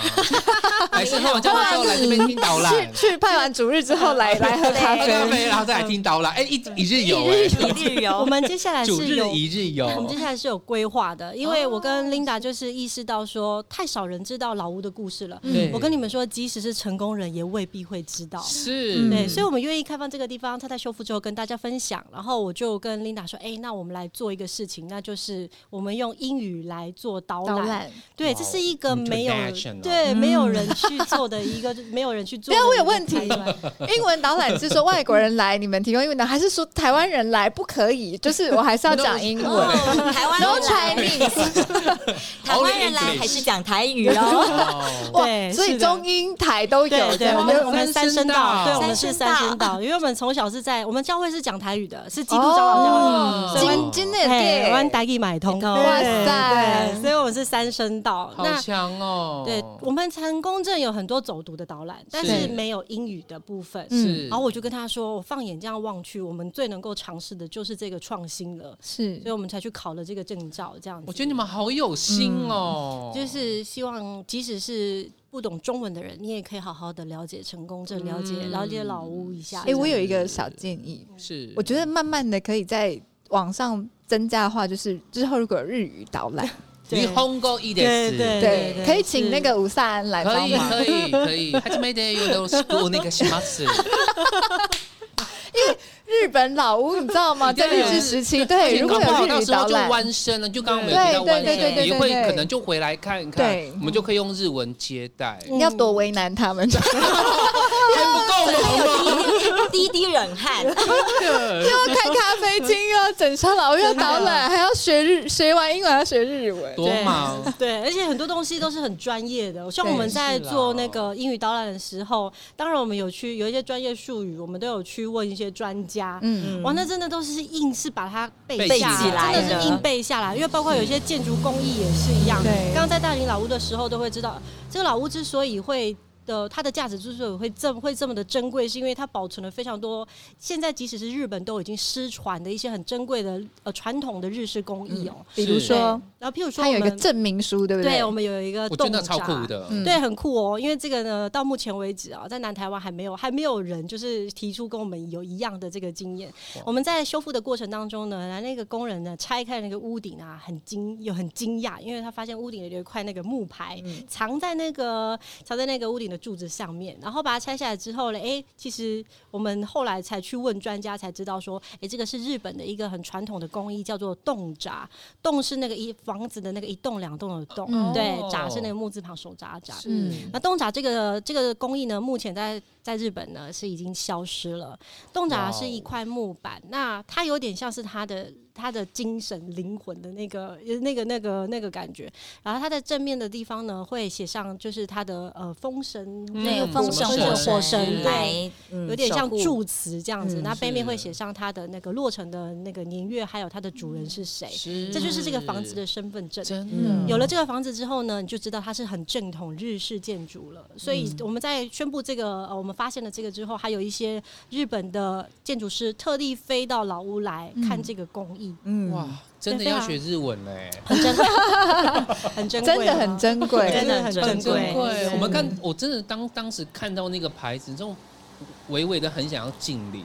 [SPEAKER 3] 还是喝完教会之后来这边听导览？
[SPEAKER 2] 去去拜完主日之后来来喝咖
[SPEAKER 3] 喝咖
[SPEAKER 2] 啡，
[SPEAKER 3] 啡，然后再来听导览，哎，一一日游， 哎，
[SPEAKER 4] 一日游
[SPEAKER 5] 我们接下来
[SPEAKER 3] 主
[SPEAKER 5] 是
[SPEAKER 3] 日
[SPEAKER 5] 有
[SPEAKER 3] 一哦日
[SPEAKER 5] 我们
[SPEAKER 3] 游
[SPEAKER 5] 接，下来是有规划的，因为我跟 Linda 就是意识到说，太少人知道老屋的故事了。
[SPEAKER 2] 嗯
[SPEAKER 3] 对
[SPEAKER 5] 我跟你们说，即使是成功人，也未必会知道。
[SPEAKER 4] 嗯
[SPEAKER 3] 是，嗯
[SPEAKER 5] 对，所以我们愿意开放这个地方，它在修复之后跟大家分享。然后我就跟 Linda 说，哎、那我们来做一个事情，那就是我们用英语来做导
[SPEAKER 2] 导
[SPEAKER 5] 览。
[SPEAKER 2] 览。
[SPEAKER 5] 对，
[SPEAKER 3] 哇哦
[SPEAKER 5] 这是一个没有
[SPEAKER 3] international
[SPEAKER 5] 对没有人去做的一个，没有人去
[SPEAKER 2] 不
[SPEAKER 5] 做的一
[SPEAKER 2] 要
[SPEAKER 5] 个
[SPEAKER 2] 我
[SPEAKER 5] 开
[SPEAKER 2] 有
[SPEAKER 5] 端。
[SPEAKER 2] 问题英文导览是说外国人来，你们提供英文的，还是说台湾人来不可以？就是我还是要讲英文。
[SPEAKER 4] 哦，台湾
[SPEAKER 2] No
[SPEAKER 4] 人来，
[SPEAKER 2] Chinese，
[SPEAKER 4] 台湾人来
[SPEAKER 3] Only English
[SPEAKER 4] 还是讲台语哦。
[SPEAKER 3] 哦
[SPEAKER 2] 哇
[SPEAKER 5] 对
[SPEAKER 2] 所以
[SPEAKER 5] 是的
[SPEAKER 2] 中英台都有
[SPEAKER 5] 对
[SPEAKER 2] 这样
[SPEAKER 5] 对，我
[SPEAKER 3] 没有
[SPEAKER 5] 们我们
[SPEAKER 3] 三
[SPEAKER 5] 三
[SPEAKER 3] 声
[SPEAKER 5] 声
[SPEAKER 3] 道
[SPEAKER 5] 道，对，我懂的
[SPEAKER 4] 三
[SPEAKER 5] 是
[SPEAKER 4] 声
[SPEAKER 5] 三
[SPEAKER 4] 道
[SPEAKER 5] 声道，因为我们从小是在我们教会是讲台语的，是基督长老教
[SPEAKER 3] 哦
[SPEAKER 5] 会，所以我们
[SPEAKER 2] 今今天
[SPEAKER 5] 嘿我们
[SPEAKER 2] 给
[SPEAKER 5] 台语买通，
[SPEAKER 4] 哇
[SPEAKER 5] 对
[SPEAKER 2] 塞
[SPEAKER 5] 对所以我们是三声道。
[SPEAKER 3] 好强哦！
[SPEAKER 5] 对，我们成功证有很多走读的导览，但是没有英语的部分。
[SPEAKER 2] 嗯
[SPEAKER 3] 是，
[SPEAKER 5] 然后我就跟他说，我放眼这样望去，我们最能够尝试的就是这个创新了，
[SPEAKER 2] 是
[SPEAKER 5] 所以我们才去考了这个证照。这样子，
[SPEAKER 3] 我觉得你们好有心哦，
[SPEAKER 5] 就是希望，即使是不懂中文的人，你也可以好好的了解成功证，了解、
[SPEAKER 3] 嗯
[SPEAKER 5] 了解老屋一下。
[SPEAKER 2] 哎、我有一个小建议，
[SPEAKER 3] 是，
[SPEAKER 2] 我觉得慢慢的可以在网上增加的话，就是之后如果有日语导览，
[SPEAKER 5] 对
[SPEAKER 3] 你通过一点是，
[SPEAKER 5] 对
[SPEAKER 2] 对，
[SPEAKER 5] 对
[SPEAKER 2] 可以请那个吴萨安来
[SPEAKER 3] 可
[SPEAKER 2] 帮
[SPEAKER 3] 以
[SPEAKER 2] 忙，
[SPEAKER 3] 可以可以，还是没得有的我那个瑕疵，
[SPEAKER 2] 日本老屋，你知道吗？在
[SPEAKER 3] 对
[SPEAKER 2] 日治时期，
[SPEAKER 3] 而
[SPEAKER 2] 对，
[SPEAKER 3] 且
[SPEAKER 2] 如果
[SPEAKER 3] 搞不好
[SPEAKER 2] 有
[SPEAKER 3] 到
[SPEAKER 2] 日语
[SPEAKER 3] 时候
[SPEAKER 2] 导
[SPEAKER 3] 就
[SPEAKER 2] 览，
[SPEAKER 3] 弯身了，就刚刚我们有提到
[SPEAKER 2] 对
[SPEAKER 3] 弯
[SPEAKER 2] 对对
[SPEAKER 3] 身，
[SPEAKER 2] 对
[SPEAKER 3] 也
[SPEAKER 2] 对
[SPEAKER 3] 会
[SPEAKER 2] 对
[SPEAKER 3] 可能就回来看一看
[SPEAKER 2] 对，
[SPEAKER 3] 我们就可以用日文接待，
[SPEAKER 5] 嗯
[SPEAKER 2] 要多为难他们，
[SPEAKER 3] 还不够忙吗？
[SPEAKER 4] 滴滴冷汗，
[SPEAKER 2] 又要开咖啡厅，又要整车老屋，又要导览，还要学日，学完英文还要学日文，
[SPEAKER 3] 多忙，
[SPEAKER 5] 对，而且很多东西都是很专业的，像我们在
[SPEAKER 3] 是啦
[SPEAKER 5] 做那个英语导览的时候，当然我们有去有一些专业术语，我们都有去问一些专家。
[SPEAKER 2] 嗯，
[SPEAKER 5] 哇，那真的都是硬是把它背
[SPEAKER 3] 背
[SPEAKER 5] 下
[SPEAKER 3] 起来
[SPEAKER 5] 真的
[SPEAKER 4] 的
[SPEAKER 5] 是硬背下来，因为包括有一些建筑工艺也是一样。
[SPEAKER 2] 对
[SPEAKER 5] 刚刚在大林老屋的时候，都会知道这个老屋之所以会。的它的价值之所以会这么会这么的珍贵，是因为它保存了非常多现在即使是日本都已经失传的一些很珍贵的呃传统的日式工艺哦、
[SPEAKER 2] 比如
[SPEAKER 3] 嗯是
[SPEAKER 5] 对
[SPEAKER 2] 说，
[SPEAKER 5] 然后譬如说
[SPEAKER 2] 它
[SPEAKER 5] 我
[SPEAKER 2] 有一个
[SPEAKER 5] 们
[SPEAKER 2] 证明书，对不
[SPEAKER 5] 对，我们有一个
[SPEAKER 3] 我觉
[SPEAKER 5] 洞
[SPEAKER 3] 得那超
[SPEAKER 5] 闸
[SPEAKER 3] 酷。的，
[SPEAKER 2] 嗯
[SPEAKER 5] 对，很酷哦，因为这个呢，到目前为止啊，在南台湾还没有还没有人就是提出跟我们有一样的这个经验
[SPEAKER 3] 哇。
[SPEAKER 5] 我们在修复的过程当中呢，那个工人呢拆开那个屋顶啊，很惊有很惊讶，因为他发现屋顶有一块那个木牌、
[SPEAKER 3] 嗯
[SPEAKER 5] 藏在那个藏在那个屋顶的柱子上面，然后把它拆下来之后呢，哎，其实我们后来才去问专家才知道说，哎，这个是日本的一个很传统的工艺，叫做洞闸。洞是那个一房子的那个一栋两栋的洞，
[SPEAKER 2] 嗯
[SPEAKER 5] 对
[SPEAKER 3] 哦，
[SPEAKER 5] 闸是那个木字旁手闸闸。
[SPEAKER 2] 嗯
[SPEAKER 5] 那洞闸这个这个工艺呢，目前在在日本呢是已经消失了。
[SPEAKER 3] 哇
[SPEAKER 5] 洞闸
[SPEAKER 3] 哦
[SPEAKER 5] 是一块木板，那它有点像是它的它的精神灵魂的那个那个那个那个感觉。然后它的正面的地方呢，会写上就是它的呃风神，
[SPEAKER 3] 嗯
[SPEAKER 4] 对，
[SPEAKER 3] 有
[SPEAKER 5] 那个
[SPEAKER 4] 风
[SPEAKER 3] 神
[SPEAKER 4] 神
[SPEAKER 5] 风
[SPEAKER 3] 火
[SPEAKER 5] 火
[SPEAKER 3] 神
[SPEAKER 5] 神
[SPEAKER 4] 来
[SPEAKER 5] 对。，
[SPEAKER 4] 嗯
[SPEAKER 5] 有点像。
[SPEAKER 4] 守护
[SPEAKER 5] 祝词这样子，
[SPEAKER 4] 嗯
[SPEAKER 5] 那背面会
[SPEAKER 3] 是
[SPEAKER 5] 写上它的那个落成的那个年月，还有它的主人是谁，
[SPEAKER 3] 嗯是
[SPEAKER 5] 这就是这个房子的身份证。
[SPEAKER 3] 真
[SPEAKER 2] 嗯
[SPEAKER 3] 的
[SPEAKER 5] 有了这个房子之后呢，你就知道它是很正统日式建筑了。所以
[SPEAKER 2] 嗯
[SPEAKER 5] 我们在宣布这个，呃，我们发现了这个之后，还有一些日本的建筑师特地飞到老屋来
[SPEAKER 2] 嗯
[SPEAKER 5] 看这个工艺，
[SPEAKER 4] 嗯
[SPEAKER 3] 哇，真的
[SPEAKER 5] 对非啊
[SPEAKER 3] 要
[SPEAKER 5] 常
[SPEAKER 3] 学日文嘞。
[SPEAKER 5] 很珍贵， 很珍
[SPEAKER 2] 真
[SPEAKER 5] 贵，
[SPEAKER 2] 的很珍贵，
[SPEAKER 5] 真的很珍
[SPEAKER 4] 珍
[SPEAKER 5] 贵
[SPEAKER 4] 贵。
[SPEAKER 5] 对
[SPEAKER 3] 哦我们看，我真的当当时看到那个牌子，这种微微的很想要敬礼，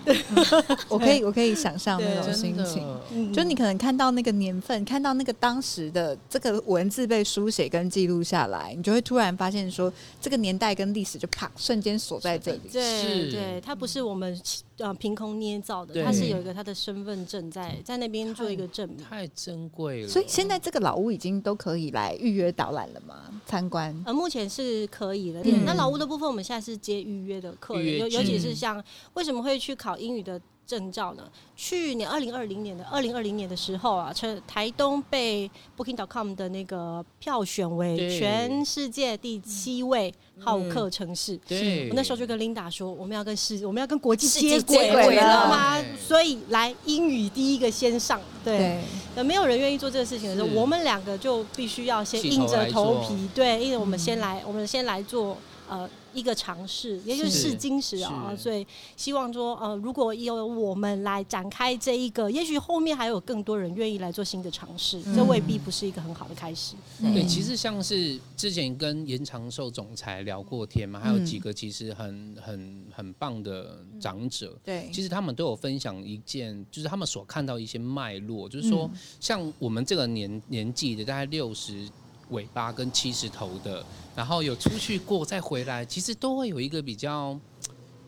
[SPEAKER 2] 我可以，我可以想象
[SPEAKER 5] 对
[SPEAKER 2] 那种
[SPEAKER 3] 真
[SPEAKER 2] 心情。
[SPEAKER 3] 的。
[SPEAKER 5] 嗯
[SPEAKER 2] 就你可能看到那个年份，看到那个当时的这个文字被书写跟记录下来，你就会突然发现说，这个年代跟历史就啪瞬间锁在这里。
[SPEAKER 5] 对
[SPEAKER 3] 是
[SPEAKER 5] 对，它不是我们呃凭空捏造的，
[SPEAKER 3] 对
[SPEAKER 5] 它是有一个它的身份证在在那边做一个证明。
[SPEAKER 3] 太珍贵了。
[SPEAKER 2] 所以现在这个老屋已经都可以来预约导览了嘛？参观
[SPEAKER 5] 呃，目前是可以的。
[SPEAKER 2] 嗯
[SPEAKER 5] 那老屋的部分，我们现在是接预约的客
[SPEAKER 3] 预约
[SPEAKER 5] 人，尤尤其是
[SPEAKER 2] 制
[SPEAKER 5] 像为什么会去考英语的证照呢？去年二零二零年的二零二零年的时候啊，成台东被 Booking.com 的那个票选为
[SPEAKER 3] 对嗯
[SPEAKER 5] 全世界第七位好客城市。
[SPEAKER 3] 对，
[SPEAKER 5] 我那时候就跟 Linda 说，我们要跟世，我们要跟国际
[SPEAKER 4] 世
[SPEAKER 5] 接
[SPEAKER 4] 界接
[SPEAKER 5] 轨，
[SPEAKER 2] 轨
[SPEAKER 5] 你知道
[SPEAKER 2] 了
[SPEAKER 5] 吗
[SPEAKER 3] 对？
[SPEAKER 5] 所以来英语第一个先上，对，
[SPEAKER 2] 对，
[SPEAKER 5] 呃，没有人愿意做这个事情的时候，
[SPEAKER 3] 是
[SPEAKER 5] 我们两个就必须要先
[SPEAKER 3] 起
[SPEAKER 5] 硬
[SPEAKER 3] 头
[SPEAKER 5] 着
[SPEAKER 3] 来
[SPEAKER 5] 头
[SPEAKER 3] 做嗯
[SPEAKER 5] 皮，对，因为我们先来，我们先来做呃一个尝试，也就是
[SPEAKER 3] 是
[SPEAKER 5] 试金石啊，
[SPEAKER 3] 是
[SPEAKER 5] 所以希望说呃，如果由我们来展开这一个，也许后面还有更多人愿意来做新的尝试，这
[SPEAKER 2] 嗯
[SPEAKER 5] 未必不是一个很好的开始。
[SPEAKER 3] 对，
[SPEAKER 2] 嗯
[SPEAKER 3] 其实像是之前跟严长寿总裁聊过天嘛，还有
[SPEAKER 2] 嗯
[SPEAKER 3] 几个其实很很很棒的长者，
[SPEAKER 2] 对，
[SPEAKER 3] 其实他们都有分享一件，就是他们所看到一些脉络，就是说，
[SPEAKER 2] 嗯
[SPEAKER 3] 像我们这个年年纪的，大概六十尾巴跟七十头的，然后有出去过再回来，其实都会有一个比较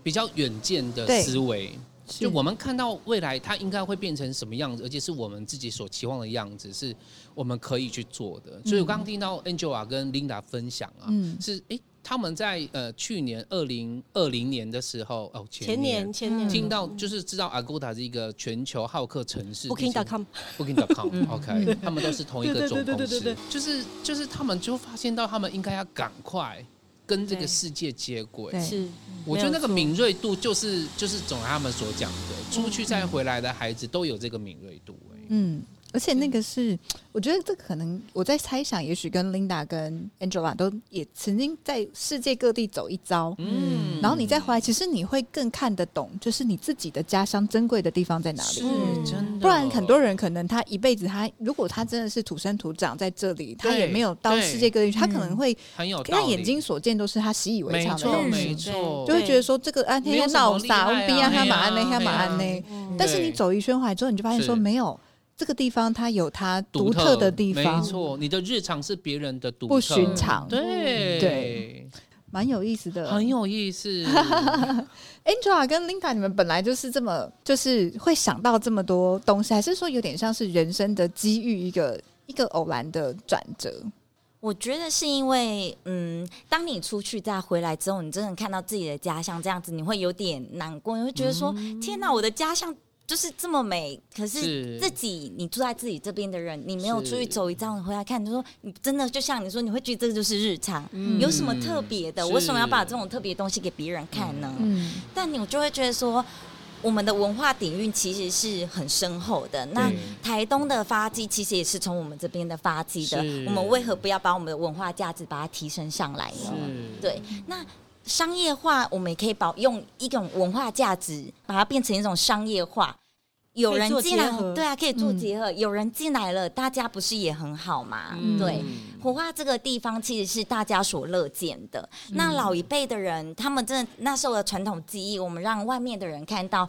[SPEAKER 3] 比较远见的
[SPEAKER 2] 对
[SPEAKER 3] 思维。
[SPEAKER 2] 是
[SPEAKER 3] 就我们看到未来它应该会变成什么样子，而且是我们自己所期望的样子，是我们可以去做的。所以我刚刚听到 Angela 跟 Linda 分享啊，
[SPEAKER 2] 嗯
[SPEAKER 3] 是诶、他们在呃去年二零二零年的时候，哦
[SPEAKER 5] 前
[SPEAKER 3] 年
[SPEAKER 5] 年
[SPEAKER 2] 嗯
[SPEAKER 5] 前年
[SPEAKER 3] 听到就是知道 Agoda 是一个全球好客城市
[SPEAKER 5] Booking.com
[SPEAKER 2] 嗯
[SPEAKER 3] Booking.com，OK，他们都是同一个
[SPEAKER 5] 对对
[SPEAKER 3] 总
[SPEAKER 5] 对
[SPEAKER 3] 公
[SPEAKER 5] 对对
[SPEAKER 3] 司，就是就是他们就发现到他们应该要赶快。跟这个
[SPEAKER 5] 对
[SPEAKER 3] 世界接轨。
[SPEAKER 2] 对
[SPEAKER 5] 是，
[SPEAKER 3] 我觉得那个
[SPEAKER 5] 没有
[SPEAKER 3] 敏锐度就是就是总他们所讲的，出去再回来的孩子都有这个敏锐度、欸。
[SPEAKER 2] 嗯，而且那个是，我觉得这可能我在猜想，也许跟 Linda 跟 Angela 都也曾经在世界各地走一遭，
[SPEAKER 3] 嗯
[SPEAKER 2] 然后你再回来，其实你会更看得懂，就是你自己的家乡珍贵的地方在哪
[SPEAKER 3] 是
[SPEAKER 2] 里。
[SPEAKER 5] 嗯
[SPEAKER 3] 真的，
[SPEAKER 2] 不然，很多人可能他一辈子他，如果他真的是土生土长在这里，他也
[SPEAKER 3] 对
[SPEAKER 2] 没有到
[SPEAKER 3] 对
[SPEAKER 2] 世界各地，他可能会
[SPEAKER 3] 很有道
[SPEAKER 2] 他
[SPEAKER 3] 理
[SPEAKER 2] 眼睛所见都是他习以为
[SPEAKER 3] 没
[SPEAKER 2] 常的
[SPEAKER 3] 错
[SPEAKER 2] 东
[SPEAKER 5] 嗯
[SPEAKER 3] 没
[SPEAKER 2] 西，
[SPEAKER 3] 错，
[SPEAKER 2] 就会觉得说这个安
[SPEAKER 3] 没
[SPEAKER 2] 天
[SPEAKER 3] 有
[SPEAKER 2] 要
[SPEAKER 3] 什
[SPEAKER 2] 闹
[SPEAKER 3] 么厉
[SPEAKER 2] 啥，
[SPEAKER 3] 害啊
[SPEAKER 2] 我比啊
[SPEAKER 3] 嘿
[SPEAKER 2] 他马安
[SPEAKER 3] 啊
[SPEAKER 2] 呢，他马安
[SPEAKER 3] 嘿
[SPEAKER 2] 呢
[SPEAKER 3] 啊。
[SPEAKER 5] 嗯
[SPEAKER 2] 但是
[SPEAKER 3] 对
[SPEAKER 2] 你走一圈回来之后，你就发现说
[SPEAKER 3] 是
[SPEAKER 2] 没有这个地方，它有它
[SPEAKER 3] 独
[SPEAKER 2] 独特的地方
[SPEAKER 3] 没，错，你的日常是别人的独特
[SPEAKER 2] 不寻常，
[SPEAKER 3] 对
[SPEAKER 2] 对，蛮有意思的。
[SPEAKER 3] 很有意思。
[SPEAKER 2] Angela 跟 Linda，你们本来就是这么，就是会想到这么多东西，还是说有点像是人生的机遇，一个一个偶然的转折？
[SPEAKER 4] 我觉得是因为，嗯，当你出去再回来之后，你真的看到自己的家乡这样子，你会有点难过，你会觉得说：“天哪，我的家乡就是这么美。”可
[SPEAKER 3] 嗯是
[SPEAKER 4] 是 自己，你住在自己这边的人，你没有出
[SPEAKER 3] 是
[SPEAKER 4] 去走一遭，你回来看，你就说你真的就像你说，你会觉得这就是日常，
[SPEAKER 3] 嗯
[SPEAKER 4] 有什么特别的？
[SPEAKER 3] 是
[SPEAKER 4] 我为什么要把这种特别的东西给别人看呢？
[SPEAKER 2] 嗯，
[SPEAKER 4] 但你就会觉得说，我们的文化底蕴其实是很深厚的。那
[SPEAKER 3] 对
[SPEAKER 4] 台东的发迹其实也是从我们这边的发迹的
[SPEAKER 3] 是，
[SPEAKER 4] 我们为何不要把我们的文化价值把它提升上来呢？
[SPEAKER 3] 是，
[SPEAKER 4] 对，那。商业化，我们也可以保用一种文化价值，把它变成一种商业化。有人进来
[SPEAKER 5] 可以做结合，
[SPEAKER 4] 对啊，可以做
[SPEAKER 2] 嗯
[SPEAKER 4] 结合。有人进来了，大家不是也很好吗？
[SPEAKER 3] 嗯
[SPEAKER 4] 啊对，火化这个地方其实是大家所乐见的。
[SPEAKER 3] 嗯
[SPEAKER 4] 那老一辈的人，他们真的那时候的传统技艺，我们让外面的人看到。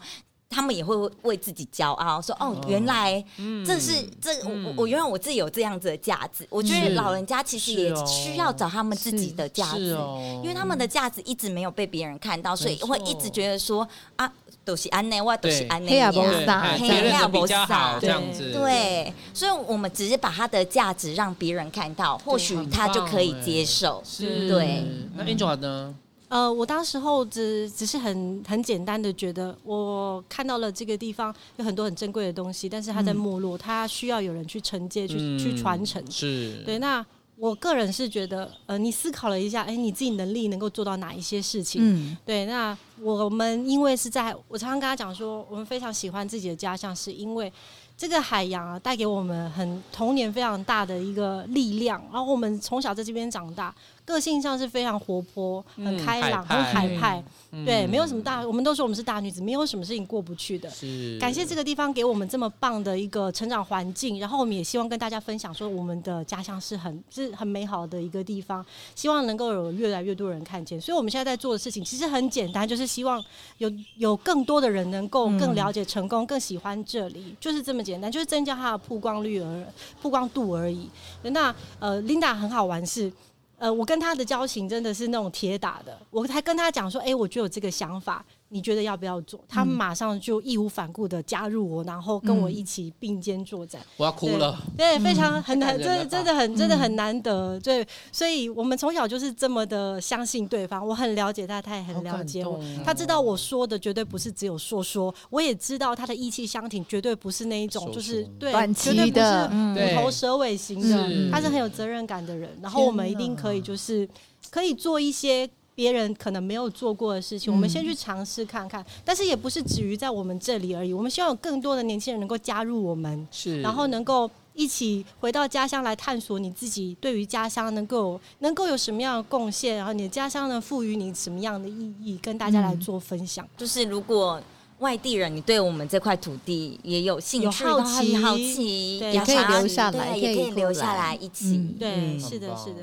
[SPEAKER 4] 他们也会为自己骄傲，说：“哦
[SPEAKER 3] 哦，
[SPEAKER 4] 原来
[SPEAKER 3] 嗯
[SPEAKER 4] 这是、这我
[SPEAKER 3] 嗯
[SPEAKER 4] 我我原来我自己有这样子的价值。”我觉
[SPEAKER 3] 是
[SPEAKER 4] 得老人家其实
[SPEAKER 3] 是
[SPEAKER 4] 也
[SPEAKER 3] 哦
[SPEAKER 4] 需要找他们自己的价
[SPEAKER 3] 是
[SPEAKER 4] 值，
[SPEAKER 3] 哦，
[SPEAKER 4] 因为他们的价值一直没有被别人看到，所以
[SPEAKER 3] 没错
[SPEAKER 4] 会一直觉得说：“啊，都是安内，我都是
[SPEAKER 3] 对
[SPEAKER 4] 安内。”
[SPEAKER 2] 黑也
[SPEAKER 3] 对
[SPEAKER 2] 没有傻
[SPEAKER 3] 哎
[SPEAKER 4] 黑
[SPEAKER 3] 别人
[SPEAKER 4] 也
[SPEAKER 3] 的
[SPEAKER 4] 没
[SPEAKER 3] 比较好
[SPEAKER 4] 傻
[SPEAKER 3] 这样子，
[SPEAKER 4] 对，所以我们只是把他的价值让别人看到，或许
[SPEAKER 3] 很
[SPEAKER 4] 他就
[SPEAKER 3] 棒
[SPEAKER 4] 可以
[SPEAKER 3] 哎
[SPEAKER 4] 接受。
[SPEAKER 3] 是，
[SPEAKER 4] 对。
[SPEAKER 3] 那 Angela 呢？
[SPEAKER 5] 呃，我当时候只只是很很简单的觉得，我看到了这个地方有很多很珍贵的东西，但是它在没落，它需要有人去承接、去、去
[SPEAKER 3] 嗯
[SPEAKER 5] 传承。
[SPEAKER 3] 是，
[SPEAKER 5] 对，那我个人是觉得，呃，你思考了一下，哎、你自己能力能够做到哪一些事情？
[SPEAKER 2] 嗯，
[SPEAKER 5] 对，那我们因为是在，我常常跟他讲说，我们非常喜欢自己的家乡，是因为这个海洋啊，带给我们很童年非常大的一个力量。然后我们从小在这边长大，个性上是非常活泼、很
[SPEAKER 3] 嗯
[SPEAKER 5] 开朗、
[SPEAKER 3] 海
[SPEAKER 5] 很
[SPEAKER 3] 派
[SPEAKER 5] 海派，
[SPEAKER 3] 嗯
[SPEAKER 5] 对，没有什么大，我们都说我们是大女子，没有什么事情过不去的。
[SPEAKER 3] 是，
[SPEAKER 5] 感谢这
[SPEAKER 3] 个
[SPEAKER 5] 个地方给我们这么棒的一个成长环境，然后我们也希望跟大家分享说，我们的家乡是很是很美好的一个地方，希望能够有越来越多人看见。所以我们现在在做的事情其实很简单，就是希望有有更多的人能够
[SPEAKER 4] 嗯
[SPEAKER 5] 更了解成功，更喜欢这里，就是这么简单，就是增加它的曝光率而曝光度而已。那呃，Linda 很好玩是。呃，我跟她的交情真的是那种铁打的，我才跟她讲说，哎、我就有这个想法，你觉得要不要做？
[SPEAKER 3] 嗯
[SPEAKER 5] 她马上就义无反顾的加入我，然后跟我一起并肩作战。
[SPEAKER 3] 我要哭了，
[SPEAKER 5] 对，非常很
[SPEAKER 3] 太
[SPEAKER 5] 难，
[SPEAKER 3] 感人
[SPEAKER 5] 真
[SPEAKER 3] 了吧
[SPEAKER 5] 的真的很真的
[SPEAKER 3] 嗯
[SPEAKER 5] 很难得。对，所以我们从小就是这么的相信对方，我很了解他，他也
[SPEAKER 3] 好
[SPEAKER 5] 很
[SPEAKER 3] 感
[SPEAKER 5] 了解
[SPEAKER 3] 动
[SPEAKER 5] 我
[SPEAKER 3] 哦。
[SPEAKER 5] 他知道我说的绝对不是只有说说，我也知道他的意气相挺绝对不是那一种
[SPEAKER 3] 说
[SPEAKER 5] 就是
[SPEAKER 3] 说
[SPEAKER 5] 对
[SPEAKER 2] 短
[SPEAKER 5] 绝对
[SPEAKER 2] 期
[SPEAKER 5] 不
[SPEAKER 2] 的
[SPEAKER 5] 是
[SPEAKER 4] 嗯
[SPEAKER 3] 对
[SPEAKER 5] 虎头蛇尾型
[SPEAKER 3] 是
[SPEAKER 5] 的，他是很有责任感的人。然后我们一定可以就是可以做一些。别人可能没有做过的事情，我们
[SPEAKER 2] 嗯
[SPEAKER 5] 先去尝试看看，但是也不是止于在我们这里而已。我们希望有更多的年轻人能够加入我们，
[SPEAKER 3] 是，
[SPEAKER 5] 然后能够一起回到家乡来探索你自己对于家乡能够能够有什么样的贡献，然后你的家乡能赋予你什么样的意义，跟大家来做分享。
[SPEAKER 4] 就是如果外地人，你对我们这块土地也有兴趣，
[SPEAKER 5] 有好
[SPEAKER 4] 然后很
[SPEAKER 5] 奇
[SPEAKER 4] 好奇，
[SPEAKER 5] 对
[SPEAKER 4] 也
[SPEAKER 5] 也可以
[SPEAKER 4] 想要
[SPEAKER 2] 留下来
[SPEAKER 4] 对也
[SPEAKER 2] 可
[SPEAKER 4] 可
[SPEAKER 2] 以
[SPEAKER 4] 以留
[SPEAKER 2] 过
[SPEAKER 4] 下
[SPEAKER 2] 来
[SPEAKER 4] 来一起
[SPEAKER 2] 嗯。
[SPEAKER 5] 对，
[SPEAKER 3] 很
[SPEAKER 5] 是的，
[SPEAKER 3] 棒
[SPEAKER 5] 是的，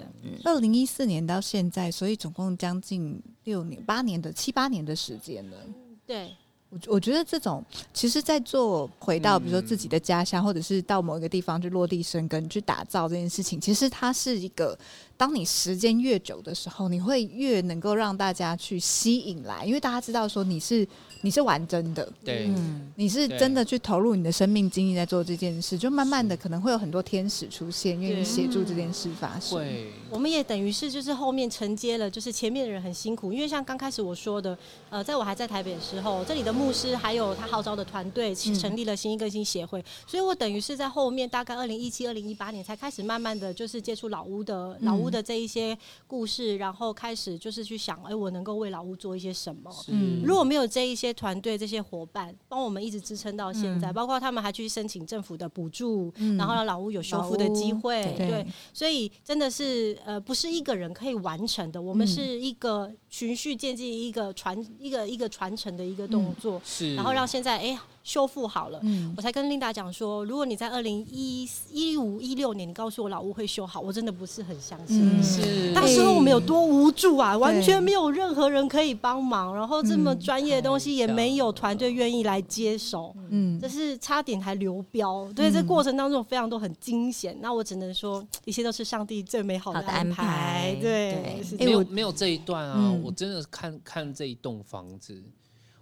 [SPEAKER 2] 二零一四年到现在，所以总共将近六年、八年的七八年的时间了。
[SPEAKER 5] 对，
[SPEAKER 2] 我我觉得这种，其实，在做回到比如说自己
[SPEAKER 5] 嗯
[SPEAKER 2] 的家乡，或者是到某一个地方去落地生根、去打造这件事情，其实它是一个，当你时间越久的时候，你会越能够让大家去吸引来，因为大家知道说你是你是玩真的，
[SPEAKER 3] 对，
[SPEAKER 4] 嗯，
[SPEAKER 2] 你是真的去投入你的生命精力在做这件事，就慢慢的可能会有很多天使出现，愿意
[SPEAKER 5] 对
[SPEAKER 2] 协助这件事发生。
[SPEAKER 3] 会
[SPEAKER 5] 我们也等于是就是后面承接了，就是前面的人很辛苦，因为像刚开始我说的，呃，在我还在台北的时候，这里的牧师还有他号召的团队，其实成立了新一更新协会，
[SPEAKER 4] 嗯
[SPEAKER 5] 所以我等于是在后面大概二零一七、二零一八年才开始慢慢的就是接触老屋的、老屋屋的这一些故事，然后开始就是去想，哎、我能够为老屋做一些什么？
[SPEAKER 2] 嗯
[SPEAKER 5] 如果没有这一些团队、这些伙伴帮我们一直支撑到现在，
[SPEAKER 4] 嗯
[SPEAKER 5] 包括他们还去申请政府的补助，
[SPEAKER 2] 嗯
[SPEAKER 5] 然后让老屋有修复的机会
[SPEAKER 4] 老屋，
[SPEAKER 5] 对。所以真的是呃，不是一个人可以完成的，我们
[SPEAKER 2] 嗯
[SPEAKER 5] 是一个循序渐进、一个传、一个一个传承的一个动
[SPEAKER 4] 嗯
[SPEAKER 5] 作，
[SPEAKER 3] 是，
[SPEAKER 5] 然后让现在哎、修复好了。
[SPEAKER 2] 嗯
[SPEAKER 5] 我才跟琳达讲说，如果你在二零一一五一六年，你告诉我老屋会修好，我真的不是很相
[SPEAKER 2] 嗯
[SPEAKER 5] 信。
[SPEAKER 3] 是，
[SPEAKER 5] 当时候我们有
[SPEAKER 2] 哎
[SPEAKER 5] 多无助啊，完全没有任何人可以帮忙，然后这么专业的东西也没有团队愿意来接手，
[SPEAKER 2] 嗯
[SPEAKER 5] 这是差点还流标。对，
[SPEAKER 2] 嗯
[SPEAKER 5] 这过程当中非常多很惊险，那我只能说一切都是上帝最美好的
[SPEAKER 4] 好的
[SPEAKER 5] 安
[SPEAKER 4] 安排
[SPEAKER 5] 对，
[SPEAKER 4] 对
[SPEAKER 5] 是
[SPEAKER 2] 哎
[SPEAKER 3] 没有
[SPEAKER 2] 我
[SPEAKER 3] 没有这一段啊，
[SPEAKER 2] 嗯
[SPEAKER 3] 我真的看看这一栋房子，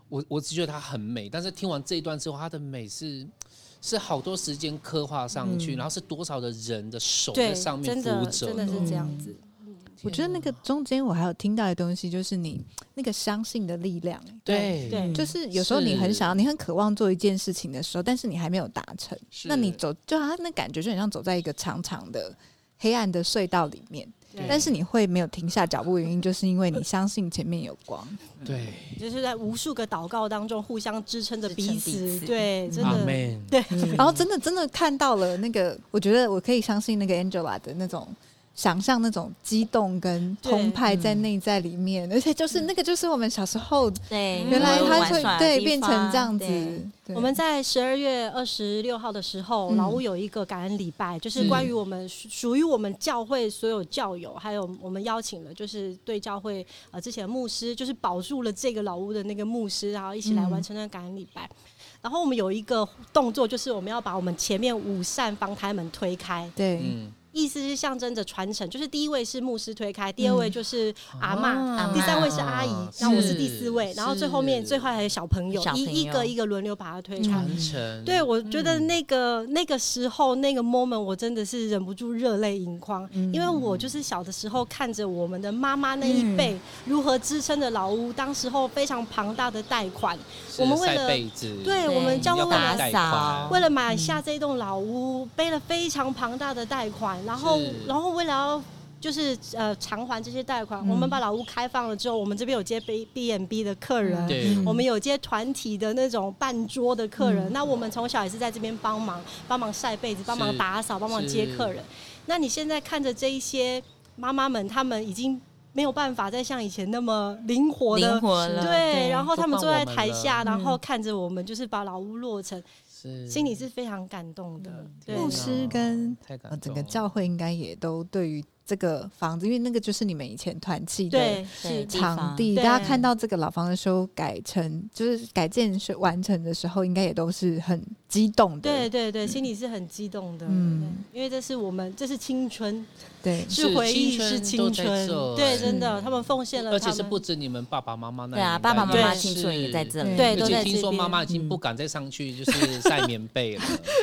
[SPEAKER 3] 我我只觉得它很美，但是听完这一段之后，它的美是是好多时间刻画上去，然后是多少的人的手在
[SPEAKER 5] 嗯对，
[SPEAKER 3] 上面
[SPEAKER 5] 真
[SPEAKER 3] 扶
[SPEAKER 5] 的
[SPEAKER 3] 着嗯
[SPEAKER 5] 真的是这样子。
[SPEAKER 2] 我觉得那个中间我还有听到的东西，就是你那个相信的力量，
[SPEAKER 3] 对
[SPEAKER 5] 对
[SPEAKER 2] 就是有时候你很想要，你很渴望做一件事情的时候，但是你还没有达成，
[SPEAKER 3] 是
[SPEAKER 2] 那你走，就他那感觉就很像走在一个长长的黑暗的隧道里面，
[SPEAKER 5] 对
[SPEAKER 2] 但是你会没有停下脚步，的原因就是因为你相信前面有光。
[SPEAKER 3] 对，
[SPEAKER 5] 就是在无数个祷告当中互相支撑着彼
[SPEAKER 4] 支撑彼
[SPEAKER 5] 此，
[SPEAKER 4] 此
[SPEAKER 5] 对，真
[SPEAKER 3] 阿
[SPEAKER 5] 的。
[SPEAKER 3] 门。
[SPEAKER 2] 然后真的真的看到了那个，我觉得我可以相信那个 Angela 的那种想象，那种激动跟澎湃在内在里面，而且就是那个就是我们小时候
[SPEAKER 4] 对，
[SPEAKER 2] 嗯原来
[SPEAKER 5] 嗯
[SPEAKER 4] 他
[SPEAKER 2] 它会对变成这样子。对
[SPEAKER 5] 我们在十二月二十六号的时候，
[SPEAKER 2] 嗯
[SPEAKER 5] 老屋有一个感恩礼拜，就是关于我们属属于我们教会所有教友，还有我们邀请了，就是对教会呃之前的牧师，就是保住了这个老屋的那个牧师，然后一起来
[SPEAKER 2] 嗯
[SPEAKER 5] 完成那个感恩礼拜。然后我们有一个动作，就是我们要把我们前面五扇房台门推开，
[SPEAKER 2] 对。
[SPEAKER 3] 嗯，
[SPEAKER 5] 意思是象征着传承，就是第一位是牧师推开，第二位就是阿嬷。
[SPEAKER 3] 啊
[SPEAKER 5] 第三位是阿姨
[SPEAKER 3] 啊，
[SPEAKER 5] 然后我是第四位，然后最后面
[SPEAKER 3] 是
[SPEAKER 5] 最后还有小朋友
[SPEAKER 4] 小，朋友
[SPEAKER 5] 一一个一个轮流把它推开。
[SPEAKER 3] 传承，
[SPEAKER 5] 嗯对，我觉得
[SPEAKER 3] 嗯
[SPEAKER 5] 那个、那个时候那个 moment，我真的是忍不住热泪盈眶，
[SPEAKER 3] 嗯
[SPEAKER 5] 因为我就是小的时候看着我们的妈妈那一辈、
[SPEAKER 3] 嗯
[SPEAKER 5] 如何支撑着老屋，当时候非常庞大的贷款，
[SPEAKER 3] 是
[SPEAKER 5] 我们为了
[SPEAKER 3] 晒被子，
[SPEAKER 5] 对我们教
[SPEAKER 3] 嗯
[SPEAKER 5] 会
[SPEAKER 3] 要
[SPEAKER 5] 为
[SPEAKER 3] 帮他
[SPEAKER 5] 了。
[SPEAKER 3] 贷
[SPEAKER 4] 打扫
[SPEAKER 5] 为了买下这栋老屋，背了非常庞大的贷款，然后
[SPEAKER 3] 是，
[SPEAKER 5] 然后为了要就是呃偿还这些贷款，
[SPEAKER 2] 嗯
[SPEAKER 5] 我们把老屋开放了之后，我们这边有接 B B n B 的客人，
[SPEAKER 2] 嗯
[SPEAKER 3] 款，嗯对，
[SPEAKER 5] 我们有接团体的那种半桌的客人，那我们从小也是在这边帮忙，帮忙晒被子，帮忙打扫，帮忙接客人。那你现在看着这一些妈妈们，她们已经没有办法再像以前那么灵活的
[SPEAKER 4] 灵。活了，
[SPEAKER 5] 对，然后她们坐在台下，
[SPEAKER 3] 都
[SPEAKER 5] 然后看着我们，就是把老屋落成，
[SPEAKER 3] 是
[SPEAKER 5] 心里是非常感动的。对，
[SPEAKER 2] 牧师跟
[SPEAKER 3] 太感
[SPEAKER 2] 呃
[SPEAKER 3] 动了，
[SPEAKER 5] 啊
[SPEAKER 2] 整个教会应该也都对于这个房子，因为那个就是你们以前团契的
[SPEAKER 5] 对，
[SPEAKER 4] 对
[SPEAKER 5] 是
[SPEAKER 4] 地
[SPEAKER 2] 场
[SPEAKER 4] 方
[SPEAKER 2] 地，
[SPEAKER 5] 对
[SPEAKER 2] 大家看到这个老房子修改成就是改建是完成的时候，应该也都是很激动
[SPEAKER 5] 对
[SPEAKER 2] 的。
[SPEAKER 5] 对对，心里是很激动的。
[SPEAKER 2] 嗯
[SPEAKER 5] 嗯，因为这是我们，这是青春，
[SPEAKER 2] 对
[SPEAKER 3] 是
[SPEAKER 5] 回忆，
[SPEAKER 3] 青春
[SPEAKER 5] 是青
[SPEAKER 3] 都在
[SPEAKER 5] 春
[SPEAKER 3] 这。
[SPEAKER 5] 对，
[SPEAKER 3] 嗯
[SPEAKER 5] 真的，他们奉献了，
[SPEAKER 3] 而
[SPEAKER 5] 他
[SPEAKER 3] 且是
[SPEAKER 5] 们。
[SPEAKER 3] 不止你们爸爸妈妈那一
[SPEAKER 4] 对啊，
[SPEAKER 3] 代
[SPEAKER 4] 爸爸妈妈
[SPEAKER 5] 对
[SPEAKER 4] 青春也在这
[SPEAKER 2] 对
[SPEAKER 4] 里，
[SPEAKER 5] 对
[SPEAKER 3] 而
[SPEAKER 5] 都在
[SPEAKER 3] 且
[SPEAKER 5] 这
[SPEAKER 3] 听说
[SPEAKER 5] 边嗯
[SPEAKER 3] 妈妈已经不敢再上去，就是晒棉被 了。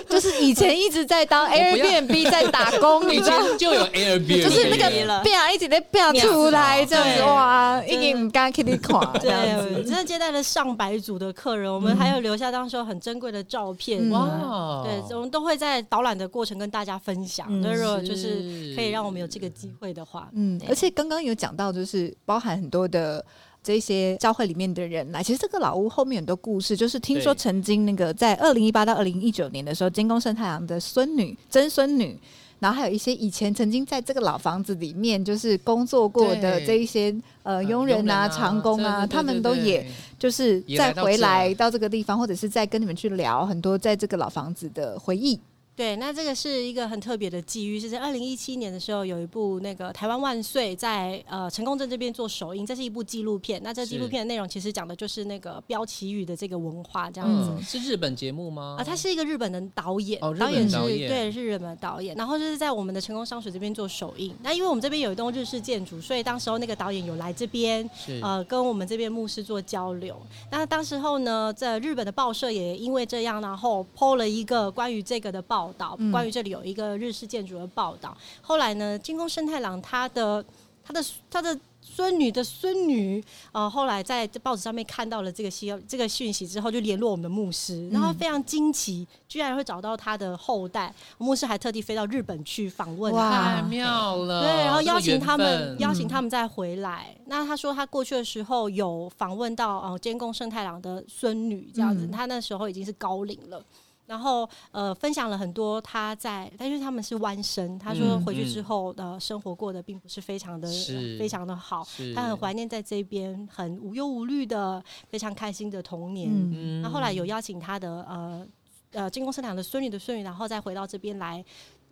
[SPEAKER 2] 就是以前一直在当
[SPEAKER 3] 要
[SPEAKER 2] Airbnb 在打 工，
[SPEAKER 3] 以
[SPEAKER 2] 你知 道。
[SPEAKER 3] 前就有 Airbnb，
[SPEAKER 2] 就是那
[SPEAKER 4] 免
[SPEAKER 2] 个
[SPEAKER 4] 了
[SPEAKER 2] 变啊，一直在变出来这样子
[SPEAKER 5] 对
[SPEAKER 2] 哇，
[SPEAKER 5] 真
[SPEAKER 2] 一
[SPEAKER 5] 的
[SPEAKER 2] 给你刚 Kitty 垮 这样
[SPEAKER 5] 对，
[SPEAKER 2] 子，
[SPEAKER 5] 真的接待了上百组的客人，我们还有留下当时候很珍贵的照
[SPEAKER 2] 嗯
[SPEAKER 5] 片。哇！
[SPEAKER 3] 哇，
[SPEAKER 5] 对，我们都会在导览的过程跟大家分享。
[SPEAKER 4] 嗯
[SPEAKER 5] 所以如果
[SPEAKER 3] 是
[SPEAKER 5] 就是可以让我们有这个机会的话，
[SPEAKER 2] 嗯，
[SPEAKER 4] 对
[SPEAKER 2] 而且刚刚有讲到，就是包含很多的这些教会里面的人来。其实这个老屋后面很多故事，就是听说
[SPEAKER 3] 对
[SPEAKER 2] 曾经那个在二零一八到二零一九年的时候，监工圣太郎的孙女、曾孙女。然后还有一些以前曾经在这个老房子里面就是工作过的
[SPEAKER 3] 对
[SPEAKER 2] 这一些呃
[SPEAKER 3] 嗯
[SPEAKER 2] 佣人啊、长工啊，
[SPEAKER 3] 对对对
[SPEAKER 2] 他们都
[SPEAKER 3] 对
[SPEAKER 2] 也就是
[SPEAKER 3] 也
[SPEAKER 2] 再
[SPEAKER 3] 来到
[SPEAKER 2] 回
[SPEAKER 3] 这
[SPEAKER 2] 来到这个地方，或者是再跟你们去聊很多在这个老房子的回忆。
[SPEAKER 5] 对，那这个是一个很特别的机遇，是在二零一七年的时候有一部那个《台湾万岁》在呃成功镇这边做首映，这是一部纪录片。那这纪录
[SPEAKER 3] 是
[SPEAKER 5] 片的内容其实讲的就是那个标旗语的这个文化这样子。
[SPEAKER 3] 嗯，是日本节目吗？
[SPEAKER 5] 啊，他是一个日本的导演，
[SPEAKER 3] 哦日
[SPEAKER 5] 导
[SPEAKER 3] 本
[SPEAKER 5] 演是
[SPEAKER 3] 导演
[SPEAKER 5] 对，是日本的导演。然后就是在我们的成功商学这边做首映。那因为我们这边有一栋日式建筑，所以当时候那个导演有来这边，
[SPEAKER 3] 是
[SPEAKER 5] 呃，跟我们这边牧师做交流。那当时候呢，在日本的报社也因为这样，然后 PO 了一个关于这个的报道，
[SPEAKER 2] 嗯
[SPEAKER 5] 关于这里有一个日式建筑的报道。后来呢，金宫生太郎他的他的他的孙女的孙女，呃，后来在这报纸上面看到了这个信这个讯息之后，就联络我们的牧
[SPEAKER 2] 嗯
[SPEAKER 5] 师，然后非常惊奇，居然会找到他的后代。牧师还特地飞到日本去访问
[SPEAKER 2] 哇
[SPEAKER 5] 他
[SPEAKER 3] 太妙了。
[SPEAKER 5] 对，然后
[SPEAKER 3] 呃这个
[SPEAKER 5] 邀请
[SPEAKER 3] 缘
[SPEAKER 5] 他们
[SPEAKER 3] 分，嗯
[SPEAKER 5] 邀请他们再回来。那他说他过去的时候有访问到哦、呃、监工圣太郎的孙女这样子，
[SPEAKER 2] 嗯
[SPEAKER 5] 他那时候已经是高龄了。然后呃，分享了很多他在，但因为他们是弯身，他说
[SPEAKER 3] 嗯
[SPEAKER 5] 回去
[SPEAKER 3] 嗯
[SPEAKER 5] 之后、呃，生活过得并不是非常的
[SPEAKER 3] 是
[SPEAKER 5] 非常的好，
[SPEAKER 3] 是
[SPEAKER 5] 他很怀念在这边很无忧无虑的非常开心的童年。
[SPEAKER 2] 嗯，
[SPEAKER 3] 嗯
[SPEAKER 5] 那后来有邀请他的呃呃进宫生堂的孙女的孙女，然后再回到这边来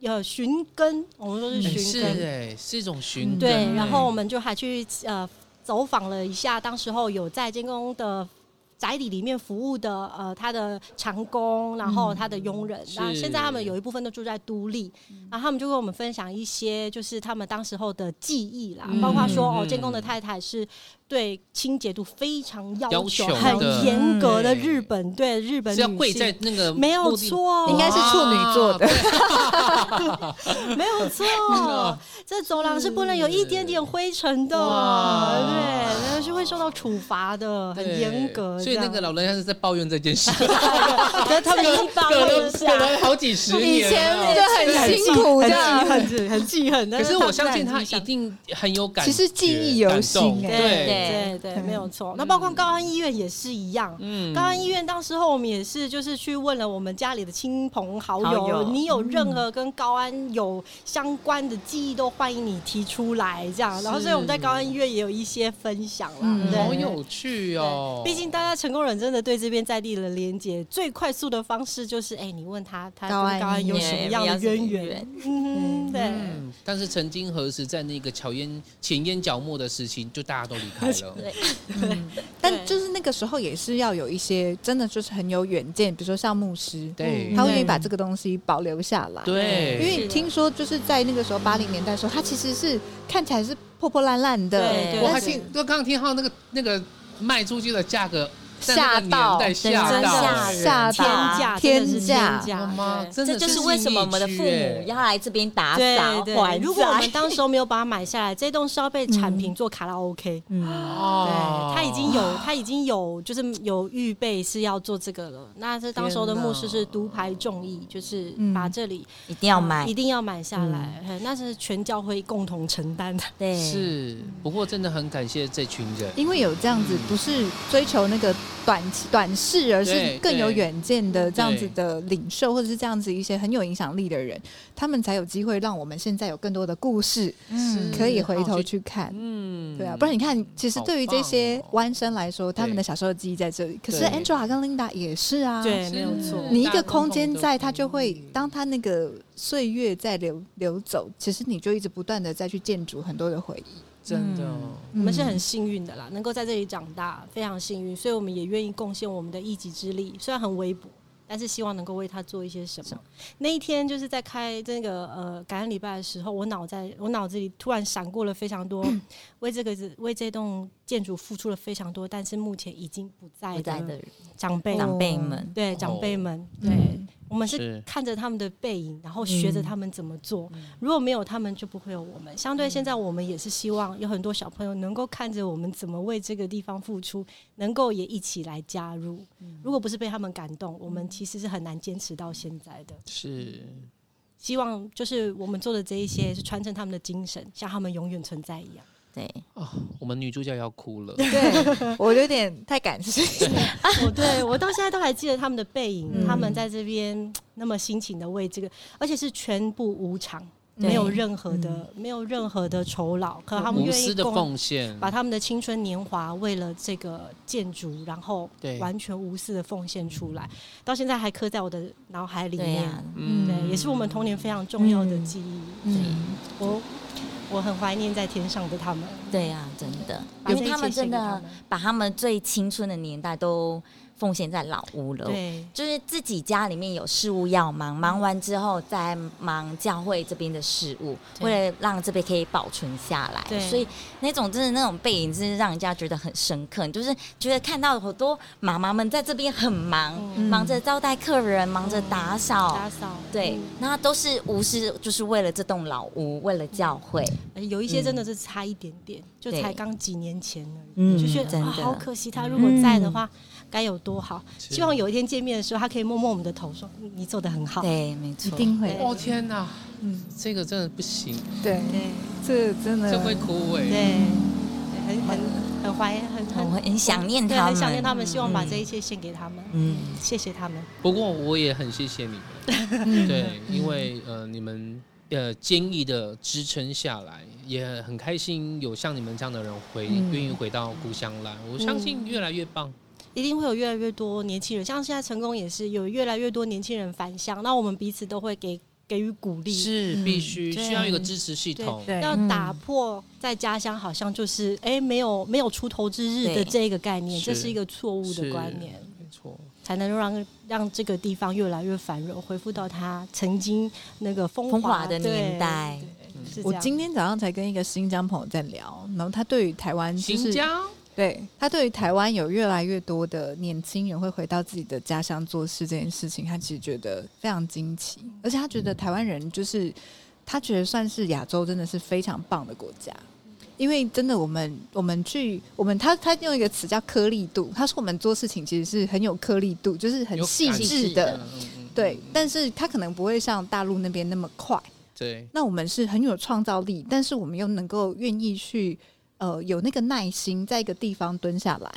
[SPEAKER 5] 呃寻根，我们说是
[SPEAKER 3] 哎
[SPEAKER 5] 寻
[SPEAKER 3] 是
[SPEAKER 5] 根，
[SPEAKER 3] 哎，是一种
[SPEAKER 2] 嗯
[SPEAKER 3] 寻根
[SPEAKER 5] 对
[SPEAKER 3] 哎，
[SPEAKER 5] 然后我们就还去呃走访了一下，当时候有在监工的。宅邸里面服务的呃，他的长工，然后他的佣人，
[SPEAKER 3] 嗯是
[SPEAKER 5] 那、现在他们有一部分都住在都立，然后他们就跟我们分享一些就是他们当时候的记忆啦，
[SPEAKER 2] 嗯
[SPEAKER 5] 包括说哦，
[SPEAKER 3] 嗯
[SPEAKER 5] 监工的太太是对清洁度非常要
[SPEAKER 3] 要
[SPEAKER 5] 求、
[SPEAKER 3] 求
[SPEAKER 5] 很
[SPEAKER 3] 的
[SPEAKER 5] 严格的
[SPEAKER 3] 嗯
[SPEAKER 5] 日本对日本
[SPEAKER 3] 是要
[SPEAKER 5] 女
[SPEAKER 3] 跪
[SPEAKER 5] 性
[SPEAKER 3] 在那个
[SPEAKER 5] 没有
[SPEAKER 3] 墓地啊
[SPEAKER 5] 错，哦
[SPEAKER 2] 应该是处女座的，
[SPEAKER 5] 没 有错，这走廊是不能有一点点灰尘的，
[SPEAKER 3] 哇
[SPEAKER 5] 对，那是会受到处罚的，很
[SPEAKER 3] 对
[SPEAKER 5] 严格这样。
[SPEAKER 3] 所以那个老人家是在抱怨这件事，
[SPEAKER 5] 可是 他们
[SPEAKER 4] 一帮
[SPEAKER 3] 隔了
[SPEAKER 4] 一
[SPEAKER 5] 啊
[SPEAKER 3] 隔
[SPEAKER 4] 下，
[SPEAKER 3] 了好几十
[SPEAKER 2] 以
[SPEAKER 3] 年
[SPEAKER 2] 前
[SPEAKER 3] 了。
[SPEAKER 2] 就很辛苦
[SPEAKER 5] 很
[SPEAKER 2] 这
[SPEAKER 5] 记
[SPEAKER 2] 样。
[SPEAKER 5] 恨，很记恨。
[SPEAKER 3] 可
[SPEAKER 5] 但
[SPEAKER 3] 是
[SPEAKER 5] 他
[SPEAKER 3] 我
[SPEAKER 5] 们
[SPEAKER 3] 相信
[SPEAKER 5] 在
[SPEAKER 3] 他
[SPEAKER 5] 路上
[SPEAKER 3] 一定很有感觉，
[SPEAKER 2] 其实记忆犹新
[SPEAKER 3] 感动
[SPEAKER 2] 哎
[SPEAKER 3] 对，
[SPEAKER 5] 对对
[SPEAKER 2] 对
[SPEAKER 5] 对，没有错。那包括高安医院也是一样。
[SPEAKER 3] 嗯
[SPEAKER 5] 高安医院当时候我们也是，就是去问了我们家里的亲朋好
[SPEAKER 4] 好
[SPEAKER 5] 友，
[SPEAKER 4] 友
[SPEAKER 5] 你有任何跟高安有相关的记忆，都欢迎你提出来，这样。然后，所以我们在高安医院也有一些分享啦
[SPEAKER 2] 嗯，
[SPEAKER 5] 对
[SPEAKER 3] 好有趣哦。
[SPEAKER 5] 毕竟大家成功人真的对这边在地的连接最快速的方式就是，哎、你问他他
[SPEAKER 2] 高安
[SPEAKER 5] 跟高安有什么样的渊
[SPEAKER 4] 有什
[SPEAKER 5] 源？嗯，对。
[SPEAKER 3] 嗯，但是曾经何时，在那个巧烟前烟角末的时期，就大家都离开了。
[SPEAKER 4] 对，
[SPEAKER 2] 嗯但
[SPEAKER 5] 对
[SPEAKER 2] 就是那个时候也是要有一些真的就是很有远见，比如说像牧师，
[SPEAKER 3] 对嗯
[SPEAKER 2] 他会愿意把这个东西保留下来。
[SPEAKER 3] 对，
[SPEAKER 2] 因为听说就是在那个时候八零年代的时候，它其实是看起来是破破烂烂的，
[SPEAKER 5] 对
[SPEAKER 3] 我
[SPEAKER 2] 但
[SPEAKER 3] 还
[SPEAKER 2] 是
[SPEAKER 3] 听，就刚刚听到那个那个卖出去的价格，在那
[SPEAKER 2] 吓
[SPEAKER 3] 个年
[SPEAKER 2] 到
[SPEAKER 3] 代吓
[SPEAKER 4] 真的
[SPEAKER 3] 到
[SPEAKER 4] 吓
[SPEAKER 2] 吓
[SPEAKER 5] 天价，真的是
[SPEAKER 2] 啊天价
[SPEAKER 5] 天价，
[SPEAKER 3] 妈，真的
[SPEAKER 4] 这就是为什么我啊们的父母要来这边打
[SPEAKER 5] 对
[SPEAKER 4] 扫
[SPEAKER 5] 对
[SPEAKER 4] 还
[SPEAKER 5] 对。如 果我们
[SPEAKER 4] 债。
[SPEAKER 5] 当时候没有把它买下来，这栋是要被产品做卡拉 OK。
[SPEAKER 2] 嗯，
[SPEAKER 3] 哦
[SPEAKER 5] 对，他已经有，他已经有，就是有预备是要做这个了。那是当时候的牧师是独排众议，就是
[SPEAKER 2] 嗯
[SPEAKER 5] 把这里
[SPEAKER 4] 一定要买
[SPEAKER 5] 一，定要买下来，嘿那是全教会共同承担的。
[SPEAKER 4] 对，
[SPEAKER 3] 是，不过真的很感谢这群人。
[SPEAKER 2] 因为有这样子，不是追求那个短期短视，而是
[SPEAKER 3] 对
[SPEAKER 2] 更有远见的这样子
[SPEAKER 3] 对
[SPEAKER 2] 的领袖，或者是这样子一些很有影响力的人，他们才有机会让我们现在有更多的故事
[SPEAKER 3] 嗯
[SPEAKER 2] 可以回头去看。
[SPEAKER 3] 嗯
[SPEAKER 2] 对啊，不然你看，其实
[SPEAKER 3] 好
[SPEAKER 2] 对于这些
[SPEAKER 3] 棒哦
[SPEAKER 2] 弯身来说，他们的小时候的记忆在这里。可是
[SPEAKER 3] 对
[SPEAKER 2] Angela 跟 Linda 也是啊，
[SPEAKER 5] 对，没有错。
[SPEAKER 2] 你一个空间在，它就会
[SPEAKER 3] 嗯
[SPEAKER 2] 当它那个岁月在流流走，其实你就一直不断的再去建筑很多的回忆。
[SPEAKER 3] 真的
[SPEAKER 2] 我
[SPEAKER 5] 我
[SPEAKER 4] 嗯
[SPEAKER 5] 们是很幸运的啦，能够在这里长大，非常幸运，所以我们也愿意贡献我们的一己之力，虽然很微薄，但是希望能够为他做一些什么。那一天就是在开这个呃感恩礼拜的时候，我脑在我脑子里突然闪过了非常多
[SPEAKER 4] 嗯
[SPEAKER 5] 为这个为这栋建筑付出了非常多，但是目前已经不在
[SPEAKER 4] 不在
[SPEAKER 5] 的
[SPEAKER 4] 的
[SPEAKER 5] 长辈，
[SPEAKER 4] 长辈们，
[SPEAKER 5] 对
[SPEAKER 3] 哦
[SPEAKER 5] 长辈们，对
[SPEAKER 2] 嗯
[SPEAKER 5] 我们是
[SPEAKER 3] 是
[SPEAKER 5] 看着他们的背影，然后学着他们怎么做。如果没有他们，就不会有我们。相对现在，我们也是希望有很多小朋友能够看着我们怎么为这个地方付出，能够也一起来加入。如果不是被他们感动，我们其实是很难坚持到现在的。
[SPEAKER 3] 是
[SPEAKER 5] 希望就是我们做的这一些，是传承他们的精神，像他们永远存在一样。
[SPEAKER 4] 对，
[SPEAKER 3] 我们女主角要哭了。
[SPEAKER 2] 对我有点太感性，
[SPEAKER 5] 我哦对我到现在都还记得他们的背影，
[SPEAKER 2] 嗯
[SPEAKER 5] 他们在这边那么辛勤的为这个，而且是全部无偿，
[SPEAKER 2] 对
[SPEAKER 5] 没有任何的、没有任何的酬劳，可他
[SPEAKER 3] 嗯
[SPEAKER 5] 们
[SPEAKER 3] 无
[SPEAKER 5] 愿意
[SPEAKER 3] 私的
[SPEAKER 5] 贡
[SPEAKER 3] 奉献，
[SPEAKER 5] 把他们的青春年华为了这个建筑，然后
[SPEAKER 3] 对
[SPEAKER 5] 完全无私的奉献出来，到现在还刻在我的脑海里
[SPEAKER 4] 对
[SPEAKER 5] 面。
[SPEAKER 4] 呀，
[SPEAKER 3] 嗯
[SPEAKER 5] 对，也是我们童年非常重要的记忆。
[SPEAKER 4] 啊
[SPEAKER 2] 嗯，
[SPEAKER 5] 我我很怀念在天上的他们，
[SPEAKER 4] 对呀，真的，
[SPEAKER 5] 把
[SPEAKER 4] 因
[SPEAKER 5] 这
[SPEAKER 4] 为
[SPEAKER 5] 一
[SPEAKER 4] 他们
[SPEAKER 5] 切献
[SPEAKER 4] 真
[SPEAKER 5] 给他
[SPEAKER 4] 的
[SPEAKER 5] 们
[SPEAKER 4] 把他们最青春的年代都奉献在老屋了。
[SPEAKER 5] 对，
[SPEAKER 4] 就是自己家里面有事务要
[SPEAKER 5] 嗯
[SPEAKER 4] 忙，忙完之后再忙教会这边的事务，
[SPEAKER 5] 对
[SPEAKER 4] 为了让这边可以保存下来，
[SPEAKER 5] 对
[SPEAKER 4] 所以那种真的那种背影，真是让人家觉得很深刻，就是觉得看到好多妈妈们在这边很忙，
[SPEAKER 5] 嗯
[SPEAKER 4] 忙着招待客人，忙着打扫。
[SPEAKER 5] 打扫嗯
[SPEAKER 4] 对，那都是无私，就是为了这栋老屋，为了教会。
[SPEAKER 5] 呃有一些真的是差一点点，就
[SPEAKER 4] 嗯对
[SPEAKER 5] 才刚几年前而已，
[SPEAKER 4] 嗯
[SPEAKER 5] 就觉得
[SPEAKER 4] 真
[SPEAKER 5] 啊，
[SPEAKER 4] 的嗯
[SPEAKER 5] 好可惜，他如果在的话，该有多好！
[SPEAKER 3] 是
[SPEAKER 5] 希望有一天见面的时候，他可以摸摸我们的头，说你你做的很好。
[SPEAKER 4] 对，没
[SPEAKER 2] 一
[SPEAKER 4] 错，
[SPEAKER 2] 定会
[SPEAKER 5] 对
[SPEAKER 3] 哦天哪，
[SPEAKER 2] 嗯，
[SPEAKER 3] 这个真的不行，
[SPEAKER 2] 对，这真的
[SPEAKER 3] 这会欸枯
[SPEAKER 5] 对，
[SPEAKER 3] 萎。
[SPEAKER 5] 对很很很怀很
[SPEAKER 4] 我
[SPEAKER 5] 很
[SPEAKER 4] 会很想念
[SPEAKER 5] 对，
[SPEAKER 4] 他们，
[SPEAKER 5] 很想念他们，希望把
[SPEAKER 4] 嗯
[SPEAKER 5] 这一切献给他们。
[SPEAKER 4] 嗯
[SPEAKER 5] 嗯，谢谢他们。
[SPEAKER 3] 不过我也很谢谢你们，
[SPEAKER 2] 嗯
[SPEAKER 3] 对，因为呃你们呃坚毅的支撑下来，也很开心有像你们这样的人回
[SPEAKER 2] 嗯
[SPEAKER 3] 愿意回到故乡来，我相信越来越棒。
[SPEAKER 5] 一定会有越来越多年轻人，像现在成功也是有越来越多年轻人返乡，那我们彼此都会给给予鼓励，
[SPEAKER 3] 是必须
[SPEAKER 5] 对
[SPEAKER 3] 需要一个支持系统，
[SPEAKER 2] 对
[SPEAKER 5] 要
[SPEAKER 4] 嗯
[SPEAKER 5] 打破在家乡好像就是哎、诶没有没有出头之日的
[SPEAKER 4] 对
[SPEAKER 5] 这个概念，
[SPEAKER 3] 是
[SPEAKER 5] 这是一个错误
[SPEAKER 3] 是
[SPEAKER 5] 的观念，
[SPEAKER 3] 没错。
[SPEAKER 5] 才能让让这个地方越来越繁荣，恢复到它曾经那个风
[SPEAKER 4] 风
[SPEAKER 5] 华
[SPEAKER 4] 华的年代。
[SPEAKER 5] 对对是这
[SPEAKER 2] 我
[SPEAKER 5] 样
[SPEAKER 2] 今天早上才跟一个新疆朋友在聊，然后他对于台湾就是
[SPEAKER 3] 新疆
[SPEAKER 2] 对他对于台湾有越来越多的年轻人会回到自己的家乡做事这件事情，他其实觉得非常惊奇，而且他觉得台湾人就是他觉得算是亚洲真的是非常棒的国家。因为真的我，们我们去我们他他用一个词叫颗粒度，他说我们做事情其实是很有颗粒度，就是很
[SPEAKER 3] 有
[SPEAKER 2] 细
[SPEAKER 3] 感
[SPEAKER 2] 致
[SPEAKER 3] 性
[SPEAKER 2] 的，，
[SPEAKER 3] 嗯嗯
[SPEAKER 2] 对
[SPEAKER 3] 嗯。
[SPEAKER 2] 但是他可能不会像大陆那边那么快，
[SPEAKER 3] 对，
[SPEAKER 2] 那我们是很有创造力，但是我们又能够愿意去呃有那个耐心，在一个地方蹲下来，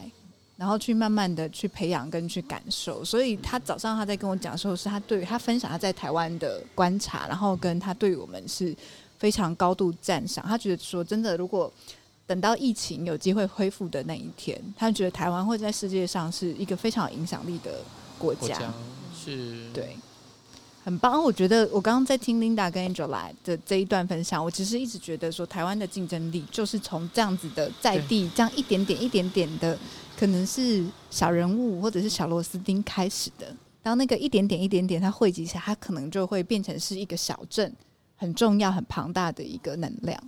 [SPEAKER 2] 然后去慢慢的去培养跟去感受。所以他早上他在跟我讲的时候，是他对于他分享他在台湾的观察，然后跟他对于我们是非常高度赞赏。他觉得说真的，如果等到疫情有机会恢复的那一天，他觉得台湾会在世界上是一个非常有影响力的
[SPEAKER 3] 国家是，
[SPEAKER 2] 对，很棒。我觉得我刚刚在听 Linda 跟 Angela 的这一段分享，我其实一直觉得说，台湾的竞争力就是从这样子的在地，这样一点点一点点的，可能是小人物或者是小螺丝钉开始的。当那个一点点一点点它汇集起来，它可能就会变成是一个小镇，很重要、很庞大的一个能量。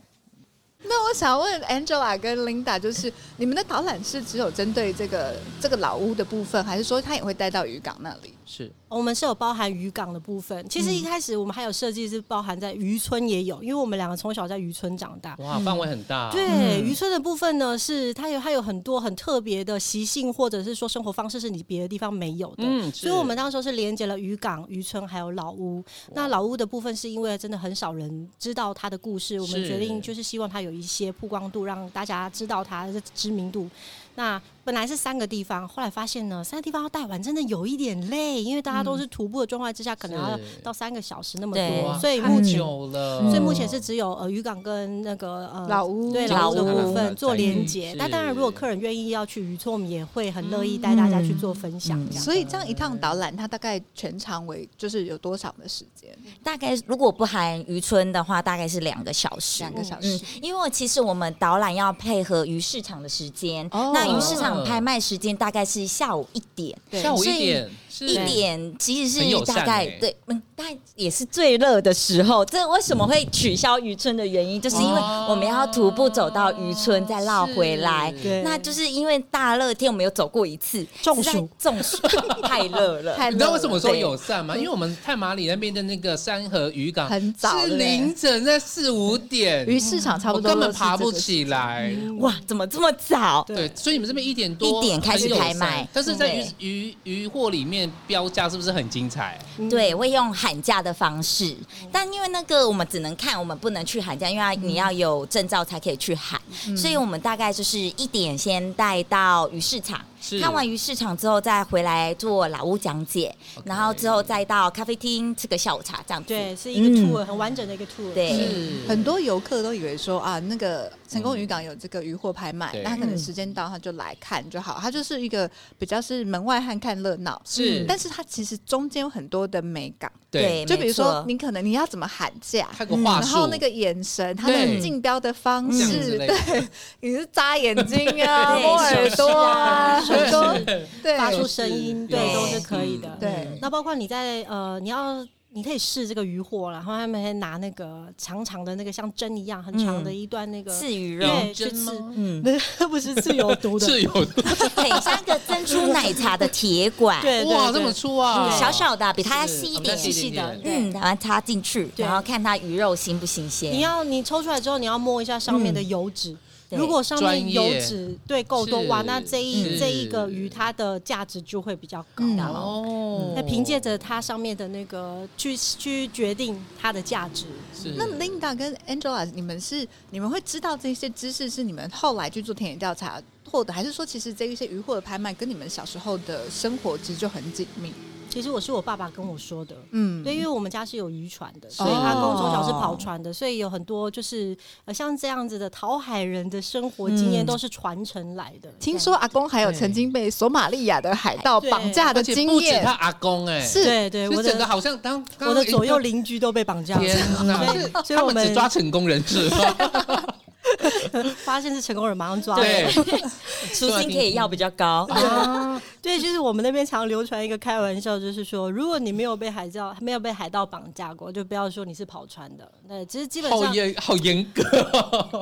[SPEAKER 2] 那我想问 Angela 跟 Linda，就是你们的导览是只有针对这个这个老屋的部分，还是说它也会带到渔港那里？
[SPEAKER 3] 是
[SPEAKER 5] 我们是有包含渔港的部分，
[SPEAKER 4] 嗯
[SPEAKER 5] 其实一开始我们还有设计是包含在渔村也有，因为我们两个从小在渔村长大，
[SPEAKER 3] 哇，范围很大，
[SPEAKER 5] 对，渔村的部分呢，是它有它有很多很特别的习性，或者是说生活方式是你别的地方没有的。
[SPEAKER 3] 嗯，
[SPEAKER 5] 所
[SPEAKER 3] 是
[SPEAKER 5] 以，我们当时候是连接了渔港、渔村还有老屋。那老屋的部分，是因为真的很少人知道它的故事，我们
[SPEAKER 3] 是
[SPEAKER 5] 决定就是希望它有一些曝光度，让大家知道它的知名度。那本来是三个地方，后来发现呢，三个地方要带完真的有一点累，因为大家都是徒步的状态之下，可能要
[SPEAKER 3] 嗯是
[SPEAKER 5] 到三个小时那么
[SPEAKER 4] 对
[SPEAKER 5] 多
[SPEAKER 3] 哇，
[SPEAKER 5] 所以
[SPEAKER 3] 太
[SPEAKER 5] 目前
[SPEAKER 3] 久了，嗯
[SPEAKER 5] 所以目前是只有呃渔港跟那个呃
[SPEAKER 2] 老屋
[SPEAKER 5] 对
[SPEAKER 4] 老
[SPEAKER 5] 老屋的
[SPEAKER 4] 屋
[SPEAKER 5] 部分做连
[SPEAKER 3] 嗯
[SPEAKER 5] 接
[SPEAKER 3] 是。
[SPEAKER 5] 那当然，如果客人愿意要去渔村，我们也会很乐意带大家去做分享
[SPEAKER 4] 嗯。
[SPEAKER 5] 这样
[SPEAKER 2] 所以这样一趟导览，它大概全长为就是有多少的时间？
[SPEAKER 4] 大概如果不含渔村的话，大概是两个小时。
[SPEAKER 2] 两个小
[SPEAKER 4] 嗯
[SPEAKER 2] 时。，
[SPEAKER 4] 因为其实我们导览要配合鱼市场的时间，
[SPEAKER 2] 哦
[SPEAKER 4] 那鱼市场拍卖时间大概是下午一点，
[SPEAKER 2] 对
[SPEAKER 3] 下午
[SPEAKER 4] 所
[SPEAKER 3] 一
[SPEAKER 4] 以
[SPEAKER 3] 点，是
[SPEAKER 4] 一点其实
[SPEAKER 3] 很友
[SPEAKER 4] 是
[SPEAKER 3] 善
[SPEAKER 4] 大概
[SPEAKER 3] 欸
[SPEAKER 4] 对，嗯，但也是最热的时候。这为什么会取消渔村的原因，就是因为我们要徒步走到渔村，再绕回来。
[SPEAKER 3] 哦是
[SPEAKER 5] 对，
[SPEAKER 4] 那就是因为大热天，我们有走过一次，
[SPEAKER 5] 中暑
[SPEAKER 4] 实在中暑太热了，
[SPEAKER 2] 太
[SPEAKER 3] 你
[SPEAKER 2] 冷
[SPEAKER 3] 知道
[SPEAKER 2] 了
[SPEAKER 3] 为什么说
[SPEAKER 4] 对
[SPEAKER 3] 友善吗？因为我们太马里那边的那个山河渔港
[SPEAKER 2] 很早
[SPEAKER 3] 是
[SPEAKER 2] 对不对
[SPEAKER 3] 凌晨在四五点，
[SPEAKER 2] 鱼市场差不
[SPEAKER 3] 我
[SPEAKER 2] 多
[SPEAKER 3] 根本
[SPEAKER 2] 都是
[SPEAKER 3] 爬
[SPEAKER 2] 这
[SPEAKER 3] 不
[SPEAKER 2] 个
[SPEAKER 3] 起来。
[SPEAKER 5] 嗯
[SPEAKER 4] 哇，怎么这么早？
[SPEAKER 3] 对，所以你们这边一点多
[SPEAKER 4] 一点开始
[SPEAKER 3] 很友
[SPEAKER 4] 开
[SPEAKER 3] 善
[SPEAKER 4] 卖
[SPEAKER 3] 但是在
[SPEAKER 4] 对
[SPEAKER 3] 鱼鱼鱼货里面标价是不是很精彩？
[SPEAKER 5] 嗯
[SPEAKER 4] 对，会用喊价的方式，但因为那个我们只能看，我们不能去喊价，因为要你要有证照才可以去喊，所以我们大概就是一点先带到鱼市场，
[SPEAKER 3] 是
[SPEAKER 4] 看完鱼市场之后再回来做老屋讲解
[SPEAKER 3] OK
[SPEAKER 4] 然后之后再到咖啡厅吃个下午茶这样子。
[SPEAKER 5] 对，是一个 tour 很完整的一个 tour。
[SPEAKER 4] 嗯对
[SPEAKER 3] 是
[SPEAKER 2] 很多游客都以为说啊，那个成功渔港有这个渔货拍卖
[SPEAKER 3] 对，
[SPEAKER 2] 那他可能时间到他就来看就好，他就是一个比较是门外汉看热闹。
[SPEAKER 3] 是
[SPEAKER 2] 但是它其实中间有很多的美感，
[SPEAKER 3] 对，
[SPEAKER 2] 就比如说
[SPEAKER 4] 没错
[SPEAKER 2] 你可能你要怎么喊价，
[SPEAKER 3] 看个话
[SPEAKER 2] 嗯然
[SPEAKER 3] 术，
[SPEAKER 2] 后那个眼神，他
[SPEAKER 3] 对
[SPEAKER 2] 们竞标的方
[SPEAKER 3] 这样之
[SPEAKER 2] 式，
[SPEAKER 3] 类的
[SPEAKER 2] 对，你是眨眼睛啊，
[SPEAKER 4] 对
[SPEAKER 2] 摸耳朵啊，很多对
[SPEAKER 5] 发出声音，对，都是可以的。
[SPEAKER 3] 嗯
[SPEAKER 2] 对
[SPEAKER 5] 那包括你在呃，你要你可以试这个鱼火，然后他们还拿那个长长的那个像针一样很长的一段那个，
[SPEAKER 4] 嗯刺鱼肉，
[SPEAKER 5] 对，去
[SPEAKER 3] 针
[SPEAKER 5] 刺，
[SPEAKER 3] 吗？
[SPEAKER 4] 嗯，
[SPEAKER 5] 不是刺有毒的，
[SPEAKER 3] 是有
[SPEAKER 4] 很像一个珍珠奶茶的铁管，嗯
[SPEAKER 5] 对对
[SPEAKER 3] 哇
[SPEAKER 5] 对
[SPEAKER 3] 这么粗啊，
[SPEAKER 4] 小小的，比它细一
[SPEAKER 3] 是
[SPEAKER 4] 点，
[SPEAKER 3] 比它细一点
[SPEAKER 4] 嗯，然后插进去，
[SPEAKER 5] 对
[SPEAKER 4] 然后看它鱼肉新不新
[SPEAKER 5] 你
[SPEAKER 4] 鲜。
[SPEAKER 5] 要你抽出来之后，你要摸一下上面的油脂。
[SPEAKER 4] 嗯对
[SPEAKER 5] 如果上面油
[SPEAKER 3] 专业
[SPEAKER 5] 脂对够多
[SPEAKER 3] 是
[SPEAKER 5] 哇，那这一
[SPEAKER 3] 是
[SPEAKER 5] 这一个鱼它的价值就会比较高。
[SPEAKER 2] 嗯
[SPEAKER 3] 哦。
[SPEAKER 5] 那凭借着它上面的那个去去决定它的价值。
[SPEAKER 3] 是
[SPEAKER 2] 那 Linda 跟 Angela，你们是你们会知道这些知识是你们后来去做田野调查获得，还是说其实这一些渔获的拍卖跟你们小时候的生活其实就很紧密？
[SPEAKER 5] 其实我是我爸爸跟我说的，
[SPEAKER 2] 嗯，
[SPEAKER 5] 对，因为我们家是有渔船的，所
[SPEAKER 3] 哦
[SPEAKER 5] 以他跟我从小是跑船的，所以有很多就是呃像这样子的讨海人的生活经验
[SPEAKER 4] 嗯
[SPEAKER 5] 都是传承来的。
[SPEAKER 2] 听说阿公还有曾经被索马利亚的海盗绑架的
[SPEAKER 3] 而且
[SPEAKER 2] 经
[SPEAKER 3] 不止
[SPEAKER 2] 验
[SPEAKER 3] 他，阿公哎，
[SPEAKER 2] 是
[SPEAKER 5] 对对，
[SPEAKER 3] 就
[SPEAKER 5] 我
[SPEAKER 3] 整个
[SPEAKER 5] 的
[SPEAKER 3] 好像当
[SPEAKER 5] 我的左右。邻居都被绑架
[SPEAKER 3] 刚刚
[SPEAKER 5] 了
[SPEAKER 3] 一，天哪！
[SPEAKER 5] 所以所以
[SPEAKER 3] 他
[SPEAKER 5] 我
[SPEAKER 3] 们只
[SPEAKER 5] 们
[SPEAKER 3] 抓成功人士，
[SPEAKER 5] 发现是成功人马上抓。
[SPEAKER 3] 对，哦
[SPEAKER 4] 赎金可以要比较高，
[SPEAKER 5] 对，就是我们那边常流传一个开玩笑，就是说，如果你没有被海盗没有被海盗绑架过，就不要说你是跑船的。那其实基本
[SPEAKER 3] 好
[SPEAKER 5] 上
[SPEAKER 3] 严好严格，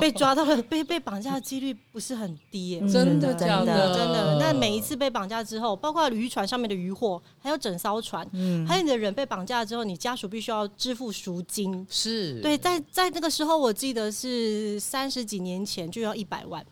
[SPEAKER 5] 被抓到了被被绑架的几率不是很低耶、
[SPEAKER 4] 嗯
[SPEAKER 3] 真的
[SPEAKER 4] 真的
[SPEAKER 3] 假的？
[SPEAKER 5] 真的，那每一次被绑架之后，包括渔船上面的渔获，还有整艘船，
[SPEAKER 4] 嗯，
[SPEAKER 5] 还有你的人被绑架之后，你家属必须要支付赎金。
[SPEAKER 3] 是
[SPEAKER 5] 对，在在那个时候，我记得是三十几年前就要一百万，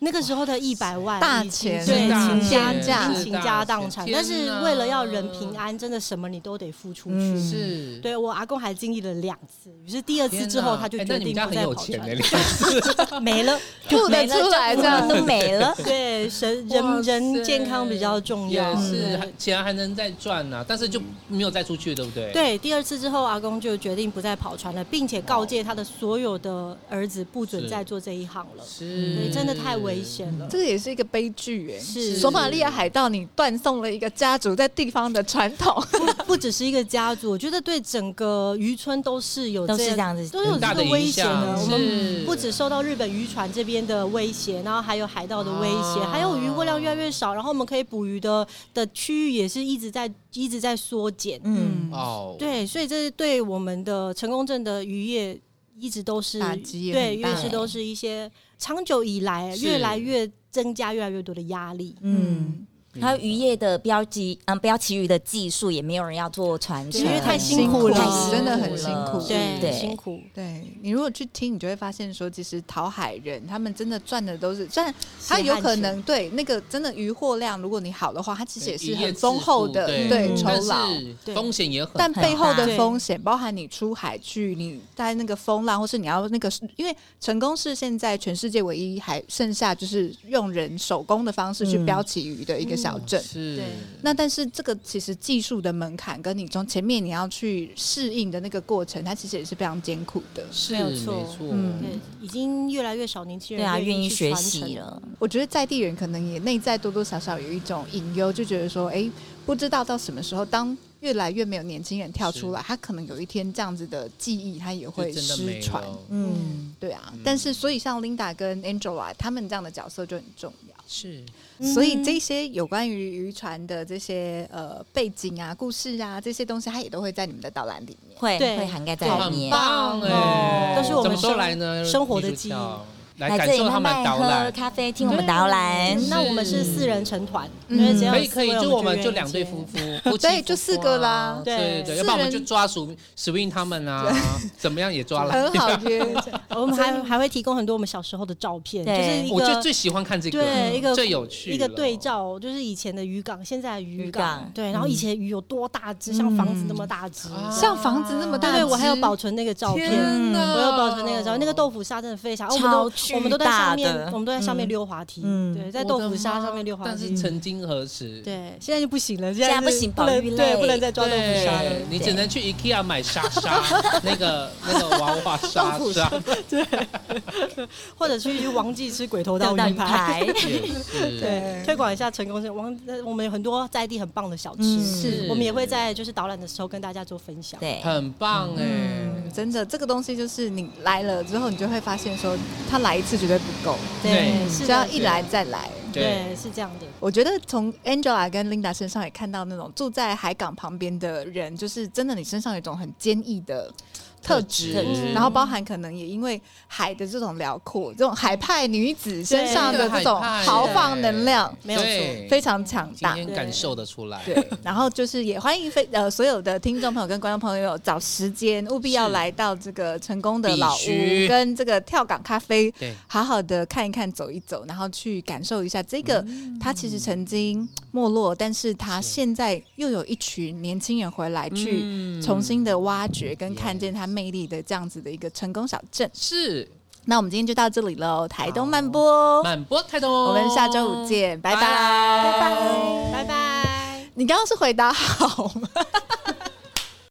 [SPEAKER 5] 那个时候的一百万
[SPEAKER 2] 大
[SPEAKER 5] 已经
[SPEAKER 2] 钱
[SPEAKER 5] 对，
[SPEAKER 2] 是大
[SPEAKER 5] 倾家
[SPEAKER 2] 钱
[SPEAKER 5] 家
[SPEAKER 2] 是
[SPEAKER 5] 倾
[SPEAKER 3] 大
[SPEAKER 5] 家
[SPEAKER 3] 钱
[SPEAKER 5] 荡产。
[SPEAKER 3] 天
[SPEAKER 5] 但是为了要人
[SPEAKER 3] 哪
[SPEAKER 5] 平安，真的什么你都得付出
[SPEAKER 4] 嗯
[SPEAKER 5] 去。
[SPEAKER 3] 是，
[SPEAKER 5] 对我阿公还经历了两次，于是第二次之后他就
[SPEAKER 3] 哎
[SPEAKER 5] 决
[SPEAKER 3] 那你们
[SPEAKER 5] 定
[SPEAKER 3] 家
[SPEAKER 5] 不
[SPEAKER 3] 很
[SPEAKER 5] 再
[SPEAKER 3] 有
[SPEAKER 5] 跑
[SPEAKER 3] 钱
[SPEAKER 5] 船
[SPEAKER 3] 的，
[SPEAKER 5] 了，
[SPEAKER 3] 你看
[SPEAKER 5] 没了。
[SPEAKER 2] 吐
[SPEAKER 4] 没
[SPEAKER 2] 得
[SPEAKER 4] 了
[SPEAKER 2] 出来
[SPEAKER 4] 就
[SPEAKER 2] 这样
[SPEAKER 4] 都。没了，
[SPEAKER 5] 对，人
[SPEAKER 3] 哇
[SPEAKER 5] 人
[SPEAKER 3] 塞
[SPEAKER 5] 人健康比较重
[SPEAKER 3] 也
[SPEAKER 5] 要。嗯
[SPEAKER 3] 是
[SPEAKER 5] 对
[SPEAKER 3] 还钱还能再赚呐，但是就没有再出去，对不对？，
[SPEAKER 5] 对，第二次之后，阿公就决定不再跑船了，并且告诫他的所有的儿子不准
[SPEAKER 3] 是
[SPEAKER 5] 再做这一行了，
[SPEAKER 3] 是
[SPEAKER 5] 嗯对，真的太危险了。
[SPEAKER 2] 这个也是一个悲剧哎、
[SPEAKER 5] 是
[SPEAKER 2] 索马利亚海盗，你断送了一个家族在地方的传统，
[SPEAKER 5] 不不只是一个家族，我觉得对整个渔村都是有
[SPEAKER 4] 都是这
[SPEAKER 5] 样，
[SPEAKER 4] 样子。
[SPEAKER 5] 都有
[SPEAKER 3] 很
[SPEAKER 5] 这
[SPEAKER 3] 大
[SPEAKER 5] 个
[SPEAKER 3] 的
[SPEAKER 5] 危
[SPEAKER 3] 影
[SPEAKER 5] 险
[SPEAKER 3] 响
[SPEAKER 5] 的。我们
[SPEAKER 3] 是
[SPEAKER 5] 不只受到日本渔船这边的威胁，然后还有海盗的威胁，
[SPEAKER 3] 啊
[SPEAKER 5] 还有渔获量越来越少，然后我们可以捕鱼的的区域也是一直在一直在缩减。
[SPEAKER 4] 嗯，
[SPEAKER 3] 哦，
[SPEAKER 5] 对，所以这是对我们的成功镇的渔业一直都是
[SPEAKER 2] 打击也
[SPEAKER 5] 对，
[SPEAKER 2] 很大
[SPEAKER 5] 越
[SPEAKER 4] 哎
[SPEAKER 5] 是都是一些长久以来
[SPEAKER 3] 是
[SPEAKER 5] 越来越增加越来越多的压力。
[SPEAKER 4] 嗯，还有渔业的标记，嗯，标旗鱼的技术也没有人要做传承，
[SPEAKER 5] 因为太辛
[SPEAKER 2] 辛苦
[SPEAKER 5] 了
[SPEAKER 4] 太辛苦
[SPEAKER 2] 真的很辛
[SPEAKER 4] 了
[SPEAKER 2] 苦
[SPEAKER 5] 对，
[SPEAKER 4] 对
[SPEAKER 5] 辛苦。
[SPEAKER 2] 对你如果去听，你就会发现说，其实讨海人他们真的赚的都是，虽然他有可能对那个真的渔获量，如果你好的话，它其实也是很丰厚的
[SPEAKER 3] 对
[SPEAKER 2] 对
[SPEAKER 5] 嗯
[SPEAKER 2] 酬
[SPEAKER 3] 但
[SPEAKER 2] 劳。
[SPEAKER 3] 是
[SPEAKER 5] 对
[SPEAKER 3] 风险也很
[SPEAKER 2] 但
[SPEAKER 4] 很
[SPEAKER 2] 背后
[SPEAKER 4] 大
[SPEAKER 2] 的风险，包含你出海去，你在那个风浪，或是你要那个，因为成功是现在全世界唯一还剩下就是用人手工的方式去
[SPEAKER 4] 嗯
[SPEAKER 2] 标起鱼的一个小镇。
[SPEAKER 3] 是
[SPEAKER 5] 对
[SPEAKER 2] 那但是这个其实技术的门槛跟你从前面你要去适应的那个过程，它其实也是非常艰苦的。
[SPEAKER 3] 是
[SPEAKER 5] 没有
[SPEAKER 3] 没
[SPEAKER 5] 错
[SPEAKER 3] 错，
[SPEAKER 2] 嗯
[SPEAKER 5] 对，已经越来越少年轻
[SPEAKER 4] 对
[SPEAKER 5] 人
[SPEAKER 4] 啊，愿意
[SPEAKER 5] 去
[SPEAKER 4] 学
[SPEAKER 5] 传
[SPEAKER 4] 习
[SPEAKER 5] 承。
[SPEAKER 4] 了，
[SPEAKER 2] 我觉得在地人可能也内在多多少少有一种隐忧，就觉得说，哎，不知道到什么时候，当越来越没有年轻人跳出来，他可能有一天这样子的记忆，他也
[SPEAKER 3] 就
[SPEAKER 2] 会
[SPEAKER 3] 真的
[SPEAKER 2] 失
[SPEAKER 3] 没
[SPEAKER 2] 传。
[SPEAKER 3] 有
[SPEAKER 4] 嗯，
[SPEAKER 2] 对啊，
[SPEAKER 3] 嗯
[SPEAKER 2] 但是所以像 Linda 跟 Angela 他们这样的角色就很重要。
[SPEAKER 3] 是
[SPEAKER 5] 嗯
[SPEAKER 2] 所以这些有关于渔船的这些呃背景啊、故事啊这些东西，它也都会在你们的导览里面。
[SPEAKER 4] 会
[SPEAKER 5] 对
[SPEAKER 4] 会涵盖在
[SPEAKER 5] 对
[SPEAKER 4] 里
[SPEAKER 3] 很
[SPEAKER 4] 面。
[SPEAKER 3] 棒哎，
[SPEAKER 5] 都是我们
[SPEAKER 3] 怎么说
[SPEAKER 5] 生
[SPEAKER 3] 来呢？
[SPEAKER 5] 生活的
[SPEAKER 3] 女主
[SPEAKER 5] 记忆
[SPEAKER 3] 角来
[SPEAKER 4] 来
[SPEAKER 3] 感
[SPEAKER 4] 这里
[SPEAKER 3] 受他
[SPEAKER 4] 慢
[SPEAKER 3] 们的导
[SPEAKER 4] 慢喝
[SPEAKER 3] 览。
[SPEAKER 4] 咖啡，听我们导览。
[SPEAKER 5] 嗯那我们是四人成团，
[SPEAKER 2] 嗯
[SPEAKER 5] 因为只要
[SPEAKER 3] 可
[SPEAKER 5] 有
[SPEAKER 3] 以
[SPEAKER 5] 四
[SPEAKER 3] 可以，
[SPEAKER 5] 位
[SPEAKER 3] 就我们
[SPEAKER 5] 愿
[SPEAKER 3] 就
[SPEAKER 5] 意
[SPEAKER 3] 两对
[SPEAKER 5] 接
[SPEAKER 3] 夫 妇，夫妻
[SPEAKER 2] 对
[SPEAKER 3] 夫妇
[SPEAKER 2] 就四个啦
[SPEAKER 3] 啊对
[SPEAKER 5] 对
[SPEAKER 3] 对，
[SPEAKER 2] 四
[SPEAKER 3] 要不然我
[SPEAKER 2] 人
[SPEAKER 3] 们就抓鼠鼠 win 他们啊，怎么样也抓了。
[SPEAKER 2] 很好约，
[SPEAKER 5] 我 们还还会提供很多我们小时候的照片，就
[SPEAKER 4] 对
[SPEAKER 5] 是一
[SPEAKER 3] 我就
[SPEAKER 5] 个
[SPEAKER 3] 最喜欢看这个，嗯
[SPEAKER 5] 对一个
[SPEAKER 3] 最有趣
[SPEAKER 5] 一个
[SPEAKER 3] 了
[SPEAKER 5] 对，照，就是以前的渔港，现在的渔
[SPEAKER 4] 渔
[SPEAKER 5] 港
[SPEAKER 4] 港嗯
[SPEAKER 5] 对，然后以前的鱼有多大只，像
[SPEAKER 3] 嗯
[SPEAKER 5] 房子那么大只，
[SPEAKER 3] 啊
[SPEAKER 2] 像房子那么大
[SPEAKER 5] 对
[SPEAKER 2] 只，
[SPEAKER 5] 对，我还有保存那个照片。
[SPEAKER 4] 嗯
[SPEAKER 5] 我有保存那个照片，那个豆腐沙真的非常，我们
[SPEAKER 4] 超
[SPEAKER 5] 都
[SPEAKER 4] 巨
[SPEAKER 5] 我们都在上
[SPEAKER 4] 大的
[SPEAKER 5] 面，我们都在上面溜滑梯，
[SPEAKER 4] 嗯
[SPEAKER 5] 对，在豆腐沙上面溜滑
[SPEAKER 3] 但
[SPEAKER 5] 梯
[SPEAKER 3] 是，曾经何时，
[SPEAKER 5] 对，现在就不行了，
[SPEAKER 4] 在
[SPEAKER 5] 在
[SPEAKER 4] 不
[SPEAKER 5] 不
[SPEAKER 4] 行保
[SPEAKER 5] 能
[SPEAKER 4] 育类
[SPEAKER 5] 对，不能再抓豆腐沙了
[SPEAKER 3] 对，，你只能去 IKEA 买沙沙，那个那个娃娃沙沙，
[SPEAKER 5] 或者去王记吃鬼头
[SPEAKER 4] 钓
[SPEAKER 5] 刀
[SPEAKER 4] 到
[SPEAKER 5] 鱼
[SPEAKER 4] 鱼
[SPEAKER 5] 排，
[SPEAKER 4] 排，
[SPEAKER 3] 也是，
[SPEAKER 5] 对，推广一下成功是王，呃我们有很多在地很棒的小吃，
[SPEAKER 4] 嗯
[SPEAKER 3] 是
[SPEAKER 5] 我们也会在就是导览的时候跟大家做分享。
[SPEAKER 4] 对，
[SPEAKER 3] 很棒哎，
[SPEAKER 2] 嗯，真的，这个东西就是你来了之后，你就会发现说，他来一次绝对不够，
[SPEAKER 3] 对
[SPEAKER 5] 是
[SPEAKER 2] 只
[SPEAKER 5] 的
[SPEAKER 2] 要一来再来。
[SPEAKER 3] 对
[SPEAKER 5] 对，是这样的。
[SPEAKER 2] 我觉得从 Angela 跟 Linda 身上也看到那种住在海港旁边的人，就是真的你身上有一种很坚毅的特质，
[SPEAKER 4] 特
[SPEAKER 5] 嗯
[SPEAKER 4] 质
[SPEAKER 2] 然后包含可能也因为海的这种辽阔，这种海派女子身
[SPEAKER 5] 对
[SPEAKER 2] 上的这种
[SPEAKER 3] 海派
[SPEAKER 2] 豪放能量
[SPEAKER 5] 没有错
[SPEAKER 3] 对
[SPEAKER 2] 非常强
[SPEAKER 3] 今
[SPEAKER 2] 大。
[SPEAKER 3] 天感受得出来。
[SPEAKER 2] 对，然后就是也欢迎非呃所有的听众朋友跟观众朋友找时间，务必要
[SPEAKER 3] 是
[SPEAKER 2] 来到这个成功的老屋
[SPEAKER 3] 必须
[SPEAKER 2] 跟这个跳港咖啡，
[SPEAKER 3] 对
[SPEAKER 2] 好好的看一看、走一走，然后去感受一下这个、
[SPEAKER 3] 嗯
[SPEAKER 2] 它其实曾经没落，但是它
[SPEAKER 3] 是
[SPEAKER 2] 现在又有一群年轻人回来去
[SPEAKER 3] 嗯
[SPEAKER 2] 重新的挖掘跟看
[SPEAKER 3] Yes
[SPEAKER 2] 见它魅力的这样子的一个成功小镇。
[SPEAKER 3] 是
[SPEAKER 2] 那我们今天就到这里喽，台东慢播，
[SPEAKER 3] 满播台东，
[SPEAKER 2] 哦我们下周五见，拜拜，
[SPEAKER 3] 拜
[SPEAKER 2] 拜拜。
[SPEAKER 5] 拜拜。
[SPEAKER 2] 你刚刚是回答好吗？